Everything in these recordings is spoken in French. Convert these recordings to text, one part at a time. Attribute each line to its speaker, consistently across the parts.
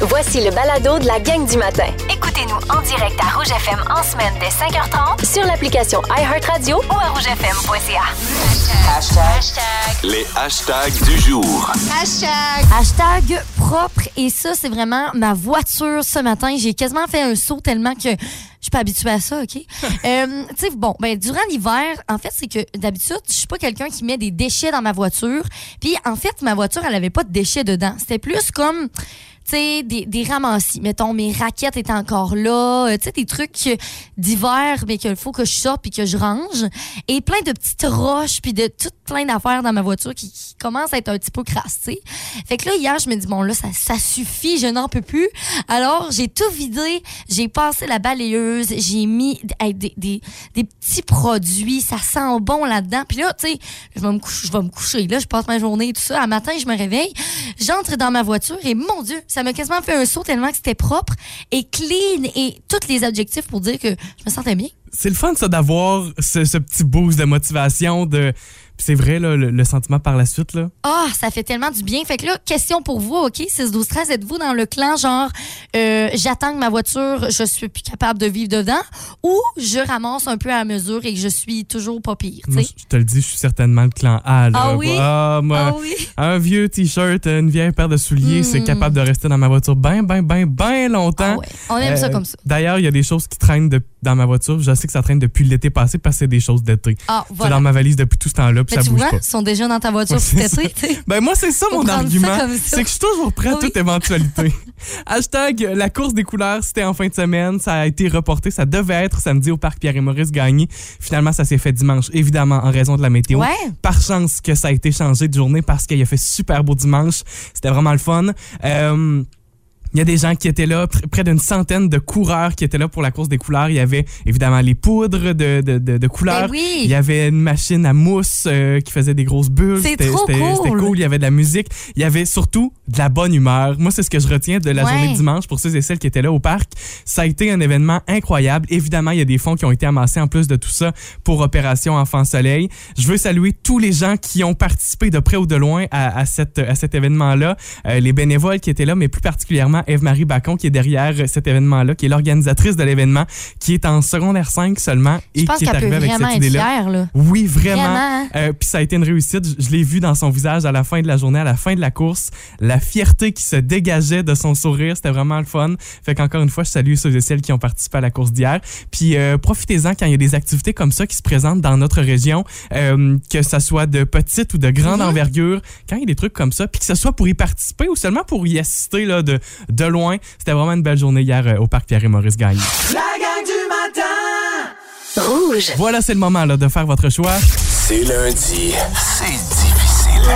Speaker 1: Voici le balado de la gang du matin. Écoutez-nous en direct à Rouge FM en semaine dès 5h30 sur l'application iHeartRadio ou à rougefm.ca.
Speaker 2: Les hashtags du jour.
Speaker 3: Hashtag propre. Et ça, c'est vraiment ma voiture ce matin. J'ai quasiment fait un saut tellement que je suis pas habituée à ça, OK? Euh, tu sais, bon, ben, durant l'hiver, en fait, c'est que d'habitude, je suis pas quelqu'un qui met des déchets dans ma voiture. Puis, en fait, ma voiture, elle avait pas de déchets dedans. C'était plus comme, tu sais, des, des ramassis. Mettons, mes raquettes étaient encore là. euh, Tu sais, des trucs euh, d'hiver, mais qu'il faut que je sorte puis que je range. Et plein de petites roches puis de tout plein d'affaires dans ma voiture qui, qui commencent à être un petit peu crasses, tu sais. Fait que là, hier, je me dis, bon, là, ça, ça suffit, je n'en peux plus. Alors, j'ai tout vidé, j'ai passé la balayeuse, j'ai mis hey, des, des, des petits produits, ça sent bon là-dedans. Puis là, tu sais, je vais me coucher, je vais me coucher. Là, je passe ma journée et tout ça. À matin, je me réveille, j'entre dans ma voiture et mon Dieu, ça m'a quasiment fait un saut tellement que c'était propre et clean et tous les adjectifs pour dire que je me sentais bien.
Speaker 4: C'est le fun, ça, d'avoir ce, ce petit boost de motivation. De... Puis c'est vrai, là, le, le sentiment par la suite. Là.
Speaker 3: Ah, ça fait tellement du bien. Fait que là, question pour vous, OK? 6, 12, 13, êtes-vous dans le clan genre euh, j'attends que ma voiture, je suis plus capable de vivre dedans ou je ramasse un peu à mesure et que je suis toujours pas pire, tu
Speaker 4: Moi,
Speaker 3: sais?
Speaker 4: je je te le dis, je suis certainement le clan A. Là.
Speaker 3: Ah oui?
Speaker 4: moi,
Speaker 3: Ah oui.
Speaker 4: Un vieux t-shirt, une vieille paire de souliers,
Speaker 3: Mm.
Speaker 4: c'est capable de rester dans ma voiture bien, bien, bien, bien
Speaker 3: Ah
Speaker 4: longtemps.
Speaker 3: ouais. On aime ça
Speaker 4: Euh,
Speaker 3: comme ça.
Speaker 4: D'ailleurs, il y a des choses qui traînent de- dans ma voiture. Je sais que ça traîne depuis l'été passé parce que c'est des choses d'été.
Speaker 3: Ah,
Speaker 4: C'est dans
Speaker 3: voilà.
Speaker 4: ma valise depuis tout ce temps-là, puis
Speaker 3: Mais
Speaker 4: ça
Speaker 3: tu
Speaker 4: bouge
Speaker 3: vois,
Speaker 4: pas.
Speaker 3: ils sont déjà dans ta voiture
Speaker 4: Ouais,
Speaker 3: pour
Speaker 4: c'est
Speaker 3: t'aider, tu sais.
Speaker 4: Ben moi, c'est ça
Speaker 3: Faut
Speaker 4: mon
Speaker 3: prendre ça
Speaker 4: argument.
Speaker 3: comme ça.
Speaker 4: C'est que je suis toujours prêt à
Speaker 3: Oui.
Speaker 4: toute éventualité. Hashtag la course des couleurs, c'était en fin de semaine. Ça a été reporté. Ça devait être samedi au parc Pierre et Maurice Gagné. Finalement, ça s'est fait dimanche, évidemment, en raison de la météo.
Speaker 3: Ouais.
Speaker 4: Par chance que ça a été changé de journée parce qu'il a fait super beau dimanche. C'était vraiment le fun. Euh, il y a des gens qui étaient là, pr- près d'une centaine de coureurs qui étaient là pour la course des couleurs. Il y avait évidemment les poudres de, de, de- de couleurs.
Speaker 3: Ben oui.
Speaker 4: Il y avait une machine à mousse euh, qui faisait des grosses bulles.
Speaker 3: C'est
Speaker 4: C'était
Speaker 3: trop
Speaker 4: c'était-
Speaker 3: cool.
Speaker 4: c'était cool. Il y avait de la musique. Il y avait surtout de la bonne humeur. Moi, c'est ce que je retiens de la
Speaker 3: Ouais.
Speaker 4: journée de dimanche pour ceux et celles qui étaient là au parc. Ça a été un événement incroyable. Évidemment, il y a des fonds qui ont été amassés en plus de tout ça pour Opération Enfant Soleil. Je veux saluer tous les gens qui ont participé de près ou de loin à, à cette, à cet événement-là. Euh, les bénévoles qui étaient là, mais plus particulièrement Eve-Marie Bacon qui est derrière cet événement-là, qui est l'organisatrice de l'événement, qui est en secondaire 5 seulement
Speaker 3: Je
Speaker 4: et
Speaker 3: pense
Speaker 4: qui est
Speaker 3: qu'elle peut
Speaker 4: arrivée avec
Speaker 3: vraiment
Speaker 4: cette
Speaker 3: être
Speaker 4: idée-là.
Speaker 3: fière, là.
Speaker 4: Oui, vraiment.
Speaker 3: Vraiment.
Speaker 4: Euh, Puis ça a été une réussite. Je, je l'ai vu dans son visage à la fin de la journée, à la fin de la course. La fierté qui se dégageait de son sourire, c'était vraiment le fun. Fait qu'encore une fois, je salue ceux et celles qui ont participé à la course d'hier. Puis euh, profitez-en quand il y a des activités comme ça qui se présentent dans notre région, euh, que ça soit de petite ou de grande envergure, quand il y a des trucs comme ça, puis que ce soit pour y participer ou seulement pour y assister là, de, de loin. C'était vraiment une belle journée hier euh, au Parc Pierre et Maurice Gagné.
Speaker 1: Rouge.
Speaker 4: Voilà, c'est le moment là, de faire votre choix.
Speaker 2: C'est lundi. C'est difficile.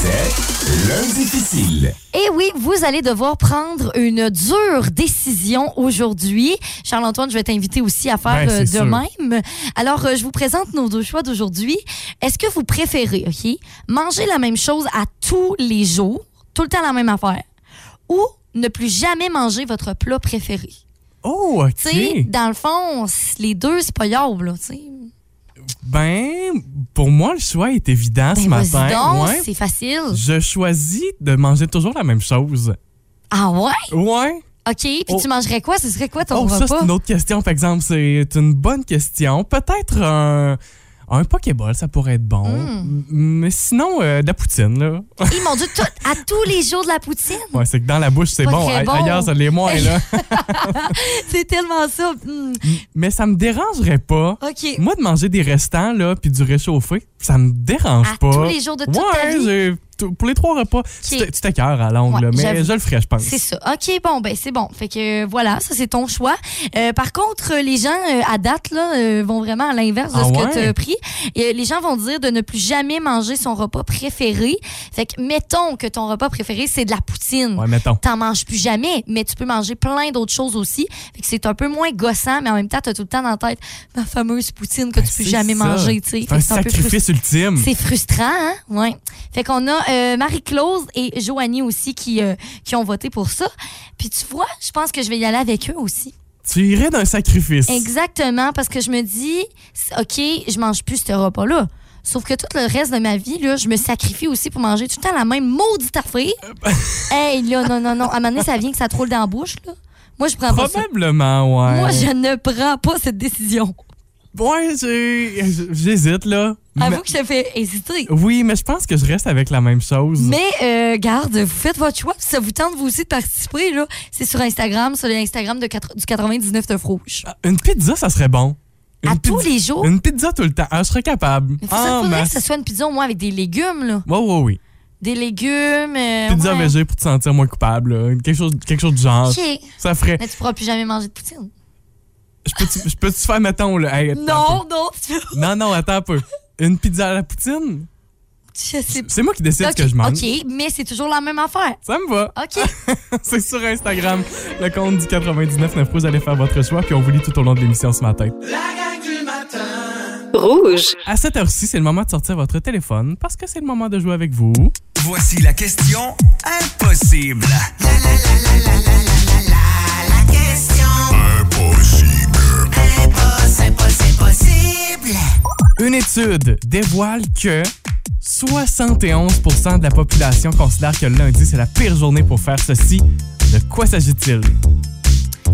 Speaker 2: C'est lundi difficile.
Speaker 3: Et Eh oui, vous allez devoir prendre une dure décision aujourd'hui. Charles-Antoine, je vais t'inviter aussi à faire
Speaker 4: Ben,
Speaker 3: euh, de
Speaker 4: c'est sûr.
Speaker 3: même. Alors, euh, je vous présente nos deux choix d'aujourd'hui. Est-ce que vous préférez, OK, manger la même chose à tous les jours, tout le temps la même affaire, ou ne plus jamais manger votre plat préféré?
Speaker 4: Oh, OK.
Speaker 3: Tu sais, dans le fond, c- les deux, c'est pas yob, là, tu sais.
Speaker 4: Ben, pour moi, le choix est évident ce
Speaker 3: Ben, vas-y
Speaker 4: matin.
Speaker 3: donc,
Speaker 4: Ouais.
Speaker 3: c'est facile.
Speaker 4: Je choisis de manger toujours la même chose.
Speaker 3: Ah ouais?
Speaker 4: Ouais.
Speaker 3: OK, puis
Speaker 4: Oh.
Speaker 3: tu mangerais quoi? Ce serait quoi ton
Speaker 4: oh, ça,
Speaker 3: repas?
Speaker 4: c'est une autre question, par exemple. C'est une bonne question. Peut-être un. Un Pokéball, ça pourrait être bon.
Speaker 3: Hmm.
Speaker 4: M- Mais sinon, euh, de la poutine, là.
Speaker 3: Eh, mon Dieu, tout- à tous les jours de la poutine?
Speaker 4: Ouais, c'est que dans la bouche, c'est
Speaker 3: Hmm. Pas
Speaker 4: bon.
Speaker 3: très
Speaker 4: A-
Speaker 3: bon.
Speaker 4: Ailleurs, ça l'est moins, là.
Speaker 3: C'est tellement ça. Hmm.
Speaker 4: Mais ça me dérangerait pas.
Speaker 3: OK.
Speaker 4: Moi, de manger des restants, là, puis du réchauffé, ça me dérange
Speaker 3: À
Speaker 4: pas.
Speaker 3: Ah, tous les jours de toute
Speaker 4: ouais,
Speaker 3: ta vie.
Speaker 4: j'ai- tout- pour les trois repas. Tu t'es- Tu t'écœures à longue,
Speaker 3: Ouais,
Speaker 4: là, mais
Speaker 3: j'avoue.
Speaker 4: je le ferais, je pense.
Speaker 3: C'est ça. OK, bon, ben c'est bon. Fait que euh, voilà, ça c'est ton choix. Euh, par contre, euh, les gens euh, à date là, euh, vont vraiment à l'inverse de
Speaker 4: Ah
Speaker 3: ce
Speaker 4: ouais?
Speaker 3: que tu as pris. Et, euh, les gens vont dire de ne plus jamais manger son repas préféré. Fait que mettons que ton repas préféré, c'est de la poutine.
Speaker 4: Ouais, mettons.
Speaker 3: T'en manges plus jamais, mais tu peux manger plein d'autres choses aussi. Fait que c'est un peu moins gossant, mais en même temps, t'as tout le temps dans la tête ma fameuse poutine que
Speaker 4: Ben,
Speaker 3: tu peux
Speaker 4: c'est
Speaker 3: jamais
Speaker 4: ça.
Speaker 3: manger, tu sais. Fait
Speaker 4: C'est un
Speaker 3: que c'est un peu frustrant.
Speaker 4: sacrifice ultime.
Speaker 3: C'est frustrant, hein? Ouais. Fait qu'on a euh, Marie-Claude et Joanie aussi qui, euh, qui ont voté pour ça. Puis tu vois, je pense que je vais y aller avec eux aussi.
Speaker 4: Tu irais d'un sacrifice.
Speaker 3: Exactement, parce que je me dis, c'est- OK, je mange plus ce repas-là. Sauf que tout le reste de ma vie, là, je me sacrifie aussi pour manger tout le temps la même maudite affaire. hey, là, non, non, non. À un moment donné, ça vient que ça troule dans la bouche, là. Moi, je prends pas ça.
Speaker 4: Probablement, ouais.
Speaker 3: Moi, je ne prends pas cette décision.
Speaker 4: Ouais, j'ai- j'hésite, là.
Speaker 3: Avoue que je te fais hésiter.
Speaker 4: Mais- Oui, mais je pense que je reste avec la même chose.
Speaker 3: Mais euh, garde, vous faites votre choix. Si ça vous tente vous aussi de participer, là, c'est sur Instagram, sur l'Instagram de quatre- du 99 de Rouge.
Speaker 4: Ah, Une pizza, ça serait bon. Une
Speaker 3: À tous
Speaker 4: pizza-
Speaker 3: les jours?
Speaker 4: Une pizza tout le temps. Ah, je serais capable.
Speaker 3: Mais faut
Speaker 4: Ah,
Speaker 3: faudrait
Speaker 4: mais...
Speaker 3: que ce soit une pizza au moins avec des légumes, là.
Speaker 4: Ouais, ouais, oui.
Speaker 3: Des légumes. euh,
Speaker 4: Pizza
Speaker 3: ouais.
Speaker 4: végé pour te sentir moins coupable. là. Quelque, chose, quelque chose du genre.
Speaker 3: Ok.
Speaker 4: Ça ferait.
Speaker 3: Mais tu pourras plus jamais manger de poutine.
Speaker 4: Je peux-tu je peux-tu faire, mettons, là. hey, attends un
Speaker 3: Non, non, tu-
Speaker 4: peu. Non, non, attends un peu. Une pizza à la poutine?
Speaker 3: je sais pas.
Speaker 4: C'est moi qui décide
Speaker 3: Ok,
Speaker 4: ce que je mange.
Speaker 3: OK, mais c'est toujours la même affaire.
Speaker 4: Ça me va.
Speaker 3: OK.
Speaker 4: C'est sur Instagram. Le compte du 99 9 Vous allez faire votre choix, puis on vous lit tout au long de l'émission ce matin.
Speaker 1: Rouge.
Speaker 4: À cette heure-ci, c'est le moment de sortir votre téléphone parce que c'est le moment de jouer avec vous.
Speaker 2: Voici la question impossible.
Speaker 4: Une étude dévoile que 71 de la population considère que le lundi, c'est la pire journée pour faire ceci. De quoi s'agit-il?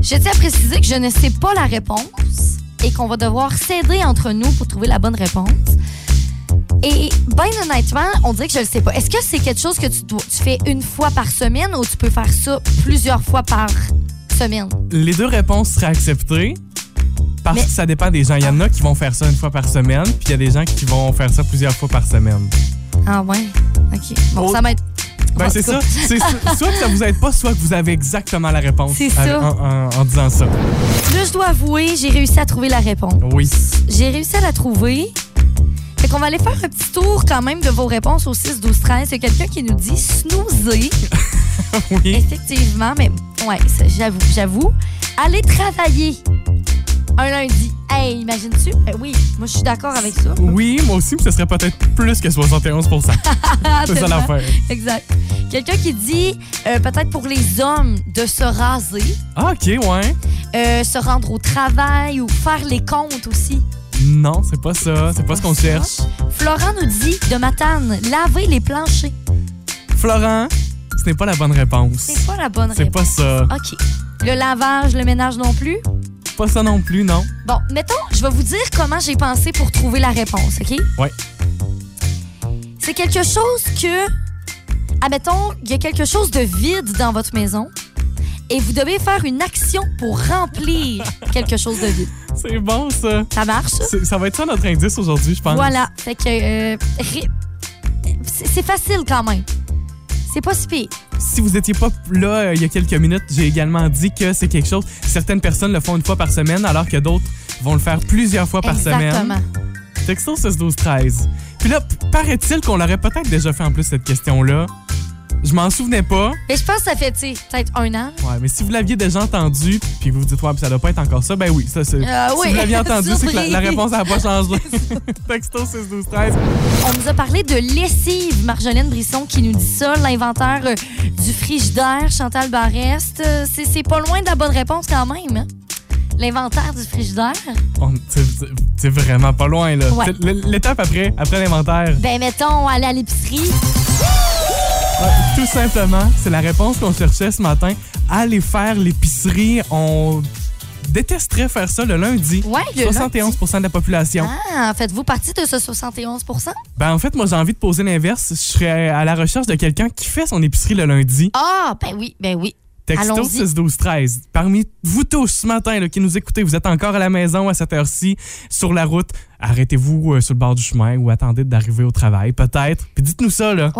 Speaker 3: Je tiens à préciser que je ne sais pas la réponse et qu'on va devoir s'aider entre nous pour trouver la bonne réponse. Et bien honnêtement, on dirait que je ne le sais pas. Est-ce que c'est quelque chose que tu, dois- tu fais une fois par semaine ou tu peux faire ça plusieurs fois par semaine?
Speaker 4: Les deux réponses seraient acceptées parce
Speaker 3: Mais-
Speaker 4: que ça dépend des gens. Il y en a qui vont faire ça une fois par semaine, puis il y a des gens qui vont faire ça plusieurs fois par semaine.
Speaker 3: Ah ouais? OK. Bon,
Speaker 4: Oh.
Speaker 3: ça m'aide.
Speaker 4: Ben,
Speaker 3: En
Speaker 4: c'est
Speaker 3: tout
Speaker 4: ça.
Speaker 3: cas,
Speaker 4: C'est so- soit que ça vous aide pas, soit que vous avez exactement la réponse
Speaker 3: C'est
Speaker 4: à-
Speaker 3: ça.
Speaker 4: En, en- en disant ça.
Speaker 3: Là, je dois avouer, j'ai réussi à trouver la réponse.
Speaker 4: Oui.
Speaker 3: J'ai réussi à la trouver. Fait qu'on va aller faire un petit tour quand même de vos réponses au 6, 12, 13. Il y a quelqu'un qui nous dit snoozer.
Speaker 4: Oui.
Speaker 3: Effectivement, mais ouais, ça, j'avoue, j'avoue. Aller travailler un lundi. Hey, imagines-tu? Ben oui, moi je suis d'accord avec ça.
Speaker 4: Oui, moi aussi, mais ce serait peut-être plus que 71 C'est
Speaker 3: Ah,
Speaker 4: ça
Speaker 3: tellement.
Speaker 4: l'affaire.
Speaker 3: Exact. Quelqu'un qui dit euh, peut-être pour les hommes de se raser,
Speaker 4: Ah, OK, ouais.
Speaker 3: euh, se rendre au travail ou faire les comptes aussi.
Speaker 4: Non, c'est pas ça. C'est pas ce qu'on
Speaker 3: ça.
Speaker 4: cherche.
Speaker 3: Florent nous dit de matane, laver les planchers.
Speaker 4: Florent, ce n'est pas la bonne réponse.
Speaker 3: C'est pas la bonne
Speaker 4: C'est
Speaker 3: réponse.
Speaker 4: pas ça.
Speaker 3: OK. Le lavage, le ménage non plus.
Speaker 4: Pas ça non plus, non.
Speaker 3: Bon, mettons, je vais vous dire comment j'ai pensé pour trouver la réponse, OK?
Speaker 4: Ouais.
Speaker 3: C'est quelque chose que. Admettons, il y a quelque chose de vide dans votre maison et vous devez faire une action pour remplir quelque chose de vide.
Speaker 4: C'est bon, ça.
Speaker 3: Ça marche? ça?
Speaker 4: C'est- Ça va être ça notre indice aujourd'hui, je pense.
Speaker 3: Voilà. Fait que. euh, ré- c'est c'est facile quand même. C'est pas si pire.
Speaker 4: Si vous étiez pas là euh, il y a quelques minutes, j'ai également dit que c'est quelque chose. Certaines personnes le font une fois par semaine, alors que d'autres vont le faire plusieurs fois par semaine.
Speaker 3: Exactement.
Speaker 4: Texto 6 12 13. Puis là, p- paraît-il qu'on l'aurait peut-être déjà fait en plus cette question-là. Je m'en souvenais pas.
Speaker 3: Et je pense que ça fait, tu sais, peut-être un an.
Speaker 4: Ouais, mais si vous l'aviez déjà entendu, puis que vous vous dites, ouais, puis ça doit pas être encore ça, ben oui, ça c'est.
Speaker 3: Euh,
Speaker 4: si
Speaker 3: oui.
Speaker 4: vous l'aviez entendu, c'est que la, la
Speaker 3: Surprise.
Speaker 4: réponse n'a pas changé. Texto 6 12 13.
Speaker 3: On nous a parlé de lessive, Marjolaine Brisson qui nous dit ça, l'inventaire euh, du frigidaire, Chantal Barrest. Euh, c'est, c'est pas loin de la bonne réponse quand même. hein? L'inventaire du frigidaire.
Speaker 4: On- c'est- c'est- C'est vraiment pas loin, là.
Speaker 3: Ouais.
Speaker 4: C'est l- L'étape après, après l'inventaire,
Speaker 3: Ben mettons, aller à l'épicerie.
Speaker 4: Ah, tout simplement, c'est la réponse qu'on cherchait ce matin. Aller faire l'épicerie, on détesterait faire ça le lundi.
Speaker 3: Ouais, le
Speaker 4: 71 de la population.
Speaker 3: Ah, faites-vous partie de ce 71
Speaker 4: Ben en fait, moi j'ai envie de poser l'inverse. Je serais à la recherche de quelqu'un qui fait son épicerie le lundi.
Speaker 3: Ah, ben oui, ben oui.
Speaker 4: Texto
Speaker 3: Allons-y.
Speaker 4: 6 12 13. Parmi vous tous ce matin là, qui nous écoutez, vous êtes encore à la maison à cette heure-ci, sur la route, arrêtez-vous euh, sur le bord du chemin ou attendez d'arriver au travail peut-être. Puis dites-nous ça là.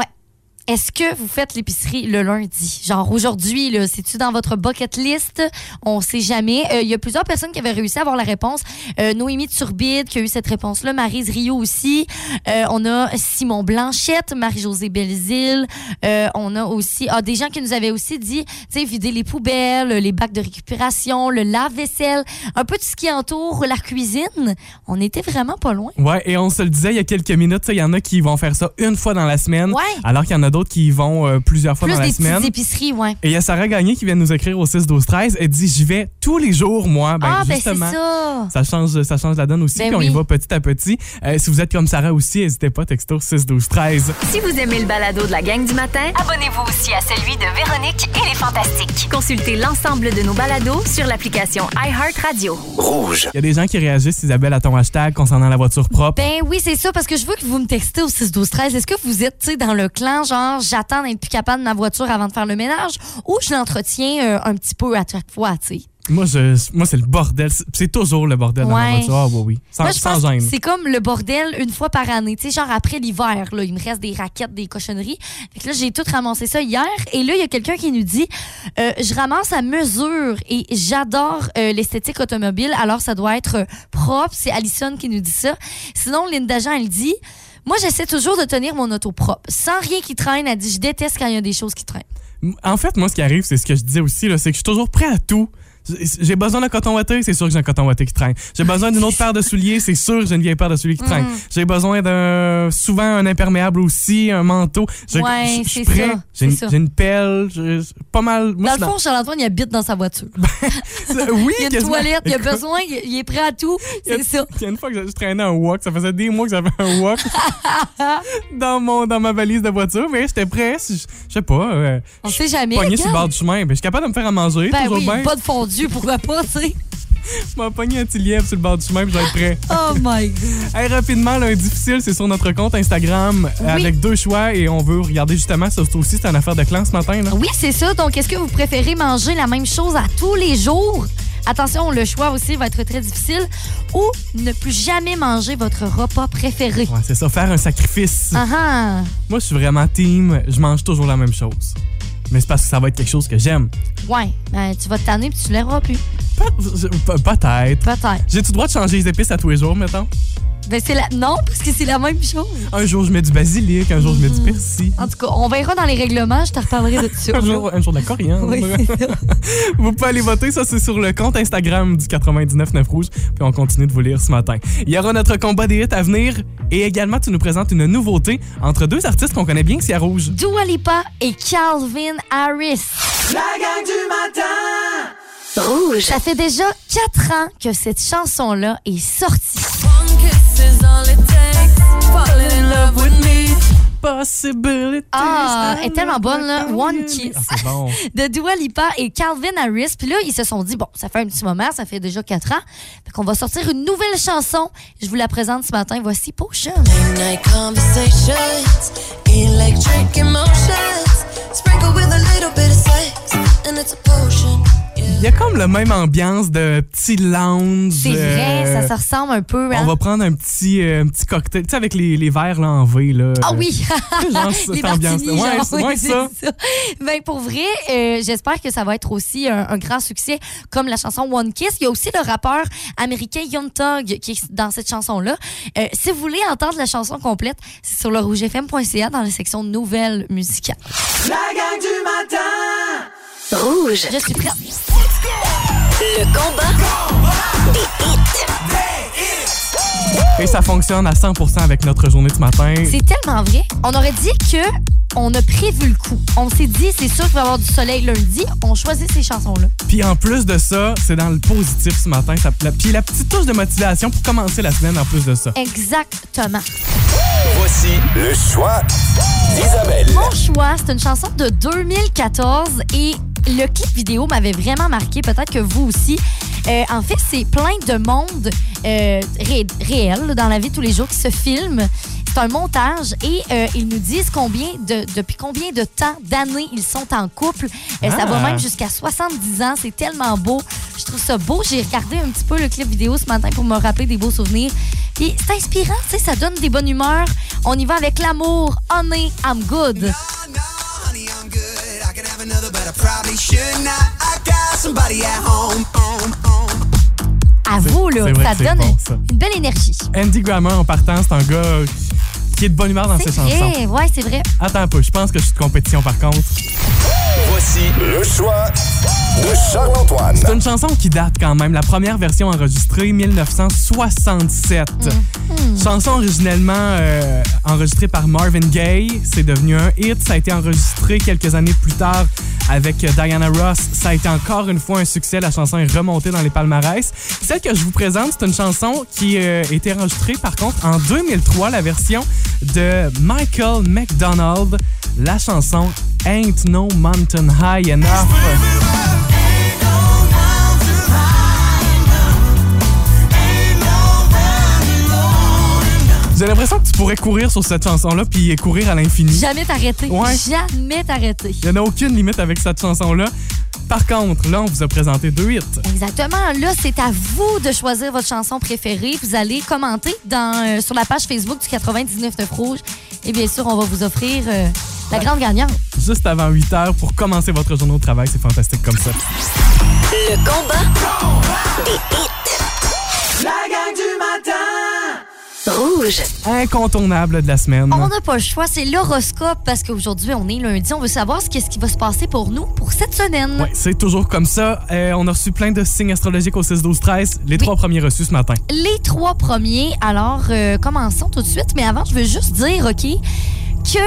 Speaker 3: Est-ce que vous faites l'épicerie le lundi? Genre aujourd'hui, là, c'est-tu dans votre bucket list? On sait jamais. Euh, Il y a plusieurs personnes qui avaient réussi à avoir la réponse. Euh, Noémie Turbide qui a eu cette réponse-là. Marise Rio aussi. Euh, on a Simon Blanchette, Marie-Josée Belzile. Euh, on a aussi ah, des gens qui nous avaient aussi dit, tu sais, vider les poubelles, les bacs de récupération, le lave-vaisselle, un peu tout ce qui entoure la cuisine. On était vraiment pas loin.
Speaker 4: Ouais, et on se le disait il y a quelques minutes, ça, il y en a qui vont faire ça une fois dans la semaine.
Speaker 3: Ouais.
Speaker 4: Alors qu'il y en a d'autres qui y vont euh, plusieurs fois
Speaker 3: Plus
Speaker 4: dans la
Speaker 3: des
Speaker 4: semaine.
Speaker 3: petites épiceries, ouais.
Speaker 4: Et il y a Sarah Gagné qui vient nous écrire au 6 12 13 Elle dit j'y vais tous les jours moi. Ben,
Speaker 3: ah, ben c'est
Speaker 4: justement.
Speaker 3: ça.
Speaker 4: ça change, ça change la donne aussi,
Speaker 3: Ben
Speaker 4: puis on y
Speaker 3: oui.
Speaker 4: va petit à petit. Euh, si vous êtes comme Sarah aussi, n'hésitez pas, texto 6 12 13
Speaker 1: Si vous aimez le balado de la gang du matin, abonnez-vous aussi à celui de Véronique et les Fantastiques. Consultez l'ensemble de nos balados sur l'application iHeartRadio.
Speaker 4: Il y a des gens qui réagissent, Isabelle, à ton hashtag concernant la voiture propre.
Speaker 3: Ben oui, c'est ça, parce que je veux que vous me textez au 6 12 13 Est-ce que vous êtes, tu sais, dans le clan, genre, j'attends d'être plus capable de ma voiture avant de faire le ménage, ou je l'entretiens euh, un petit peu à chaque fois, tu sais?
Speaker 4: Moi, je, moi c'est le bordel. C'est- C'est toujours le bordel dans la
Speaker 3: Ouais.
Speaker 4: voiture. Ah, oui, oui. Sans,
Speaker 3: Moi, je
Speaker 4: sans
Speaker 3: pense que
Speaker 4: gêne.
Speaker 3: c'est comme le bordel une fois par année. Tu sais, genre après l'hiver, là, il me reste des raquettes, des cochonneries. Fait que là, j'ai tout ramassé ça hier. Et là, il y a quelqu'un qui nous dit euh, Je ramasse à mesure et j'adore euh, l'esthétique automobile, alors ça doit être euh, propre. C'est Alison qui nous dit ça. Sinon, Linda Jean, elle dit Moi, j'essaie toujours de tenir mon auto propre, sans rien qui traîne. Elle dit Je déteste quand il y a des choses qui traînent.
Speaker 4: En fait, moi, ce qui arrive, c'est ce que je disais aussi, là, c'est que je suis toujours prêt à tout. J'ai- J'ai besoin d'un coton watté, c'est sûr que j'ai un coton watté qui traîne. J'ai besoin d'une autre paire de souliers, c'est sûr que j'ai une vieille paire de souliers qui
Speaker 3: Mm.
Speaker 4: traîne. J'ai besoin d'un souvent un imperméable aussi, un manteau. Je,
Speaker 3: Ouais,
Speaker 4: je- je suis
Speaker 3: c'est
Speaker 4: prêt.
Speaker 3: ça,
Speaker 4: J'ai une,
Speaker 3: c'est ça.
Speaker 4: j'ai une pelle, je- je- pas mal.
Speaker 3: Dans
Speaker 4: moi, je suis
Speaker 3: le fond, Charles-Antoine, il habite dans sa voiture.
Speaker 4: C'est- Oui,
Speaker 3: Il y a une
Speaker 4: quasiment.
Speaker 3: toilette, il y a
Speaker 4: Écoute,
Speaker 3: besoin, il il est prêt à tout.
Speaker 4: il y a-
Speaker 3: C'est ça.
Speaker 4: Il y a une fois que je, je traînais un walk, ça faisait des mois que j'avais un walk dans, mon, dans ma valise de voiture, mais j'étais prêt, si je, je sais pas, euh,
Speaker 3: On sait jamais.
Speaker 4: pogné sur le
Speaker 3: regarde.
Speaker 4: bord du chemin. Ben, je suis capable de me faire à manger,
Speaker 3: Ben
Speaker 4: toujours
Speaker 3: oui,
Speaker 4: bien.
Speaker 3: pas de fondue, pourquoi pas, tu sais.
Speaker 4: Je m'en pogné un petit lièvre sur le bord du chemin, puis je vais être prêt.
Speaker 3: Oh my God.
Speaker 4: Hey, rapidement, lundi difficile, c'est sur notre compte Instagram euh,
Speaker 3: Oui.
Speaker 4: avec deux choix et on veut regarder justement, ça c'est aussi, c'est une affaire de clan ce matin. Là.
Speaker 3: Oui, c'est ça. Donc, est-ce que vous préférez manger la même chose à tous les jours? Attention, le choix aussi va être très difficile. Ou ne plus jamais manger votre repas préféré.
Speaker 4: Ouais, c'est ça, faire un sacrifice.
Speaker 3: Ah ah.
Speaker 4: Moi, je suis vraiment team, je mange toujours la même chose. Mais c'est parce que ça va être quelque chose que j'aime.
Speaker 3: Ouais, ben, tu vas te tanner puis tu l'auras plus.
Speaker 4: Pe- je- pe- Peut-être.
Speaker 3: Peut-être.
Speaker 4: J'ai-tu le droit de changer les épices à tous les jours, mettons?
Speaker 3: Ben, c'est la... Non, parce que c'est la même chose.
Speaker 4: Un jour, je mets du basilic, un jour, je mets du persil.
Speaker 3: En tout cas, on verra dans les règlements, je te reparlerai de ça.
Speaker 4: Un jour, un jour de la coriandre.
Speaker 3: Oui, c'est ça.
Speaker 4: Vous pouvez aller voter, ça c'est sur le compte Instagram du 99.9 Rouge, puis on continue de vous lire ce matin. Il y aura notre combat des hits à venir, et également tu nous présentes une nouveauté entre deux artistes qu'on connaît bien, Sia Rouge.
Speaker 3: Dua Lipa et Calvin Harris.
Speaker 1: Rouge.
Speaker 3: Ça fait déjà quatre ans que cette chanson-là est sortie.
Speaker 4: Possibility.
Speaker 3: Ah, elle est tellement bonne, là. One Kiss.
Speaker 4: Ah, c'est bon.
Speaker 3: de Dua Lipa et Calvin Harris. Puis là, ils se sont dit, bon, ça fait un petit moment, ça fait déjà quatre ans. Fait qu'on va sortir une nouvelle chanson. Je vous la présente ce matin. Voici Potion.
Speaker 5: Night conversations, electric emotions, sprinkled with a little bit of sex, and it's a potion.
Speaker 4: Il y a comme la même ambiance de petit lounge.
Speaker 3: C'est vrai,
Speaker 4: euh,
Speaker 3: ça se ressemble un peu.
Speaker 4: On
Speaker 3: Hein?
Speaker 4: va prendre un petit, euh, un petit cocktail, tu sais, avec les, les verres là, en V. Là,
Speaker 3: Ah oui!
Speaker 4: Genre, cette
Speaker 3: Les
Speaker 4: ambiance.
Speaker 3: martinis,
Speaker 4: Ouais,
Speaker 3: genre,
Speaker 4: c'est- ouais,
Speaker 3: c'est
Speaker 4: ça.
Speaker 3: Ben, pour vrai, euh, j'espère que ça va être aussi un, un grand succès comme la chanson One Kiss. Il y a aussi le rappeur américain Young Thug qui est dans cette chanson-là. Euh, si vous voulez entendre la chanson complète, c'est sur le rougefm.ca dans la section nouvelles musicales.
Speaker 1: Rouge.
Speaker 3: Je suis prête.
Speaker 1: Le combat.
Speaker 4: Et ça fonctionne à 100 avec notre journée du matin.
Speaker 3: C'est tellement vrai. On aurait dit que on a prévu le coup. On s'est dit, c'est sûr qu'il va y avoir du soleil lundi. On choisit ces chansons-là.
Speaker 4: Puis en plus de ça, c'est dans le positif ce matin. Ça, la- puis la petite touche de motivation pour commencer la semaine en plus de ça.
Speaker 3: Exactement.
Speaker 6: Voici le choix d'Isabelle.
Speaker 3: Mon choix, c'est une chanson de 2014 et le clip vidéo m'avait vraiment marqué. Peut-être que vous aussi. Euh, en fait, c'est plein de monde euh, ré- réel là, dans la vie de tous les jours qui se filme. C'est un montage et euh, ils nous disent combien de, depuis combien de temps, d'années ils sont en couple. Euh, Ça va
Speaker 4: Ah.
Speaker 3: même jusqu'à 70 ans. C'est tellement beau. Je trouve ça beau. J'ai regardé un petit peu le clip vidéo ce matin pour me rappeler des beaux souvenirs. Puis c'est inspirant, tu sais, ça donne des bonnes humeurs. On y va avec l'amour. Honey, I'm good.
Speaker 7: No, honey, I'm good. I could have another, but I probably should not. I got somebody at home, home, home.
Speaker 3: À vous, là.
Speaker 4: c'est vrai
Speaker 3: Ça
Speaker 4: que c'est
Speaker 3: donne
Speaker 4: bon,
Speaker 3: une-
Speaker 4: ça.
Speaker 3: une belle énergie.
Speaker 4: Andy Grammer, en partant, c'est un gars qui est de bonne humeur dans ses
Speaker 3: C'est
Speaker 4: chansons.
Speaker 3: vrai, ouais, c'est vrai.
Speaker 4: Attends un peu, je pense que je suis de compétition par contre.
Speaker 6: Voici le choix de Charles-Antoine.
Speaker 4: C'est une chanson qui date quand même. La première version enregistrée, 1967. Chanson originellement euh, enregistrée par Marvin Gaye. C'est devenu un hit. Ça a été enregistré quelques années plus tard avec euh, Diana Ross. Ça a été encore une fois un succès. La chanson est remontée dans les palmarès. Celle que je vous présente, c'est une chanson qui euh, a été enregistrée par contre en 2003, la version de Michael McDonald. La chanson Ain't No Mountain High Enough. J'ai l'impression que tu pourrais courir sur cette chanson-là puis courir à l'infini.
Speaker 3: Jamais t'arrêter.
Speaker 4: Ouais.
Speaker 3: Jamais t'arrêter.
Speaker 4: Il n'y en a aucune limite avec cette chanson-là. Par contre, là, on vous a présenté deux hits.
Speaker 3: Exactement. Là, c'est à vous de choisir votre chanson préférée. Vous allez commenter dans, euh, sur la page Facebook du 99.9 Rouge. Et bien sûr, on va vous offrir euh, la grande gagnante.
Speaker 4: Juste avant 8 heures pour commencer votre journée au travail. C'est fantastique comme ça.
Speaker 1: Le combat des hits. La gang du matin. Rouge.
Speaker 4: Incontournable de la semaine.
Speaker 3: On n'a pas le choix, c'est l'horoscope parce qu'aujourd'hui, on est lundi. On veut savoir ce qu'est-ce qui va se passer pour nous pour cette semaine.
Speaker 4: Ouais, c'est toujours comme ça. Euh, on a reçu plein de signes astrologiques au 6-12-13. Les trois premiers reçus ce matin.
Speaker 3: les trois premiers. Alors, euh, commençons tout de suite. Mais avant, je veux juste dire, OK, que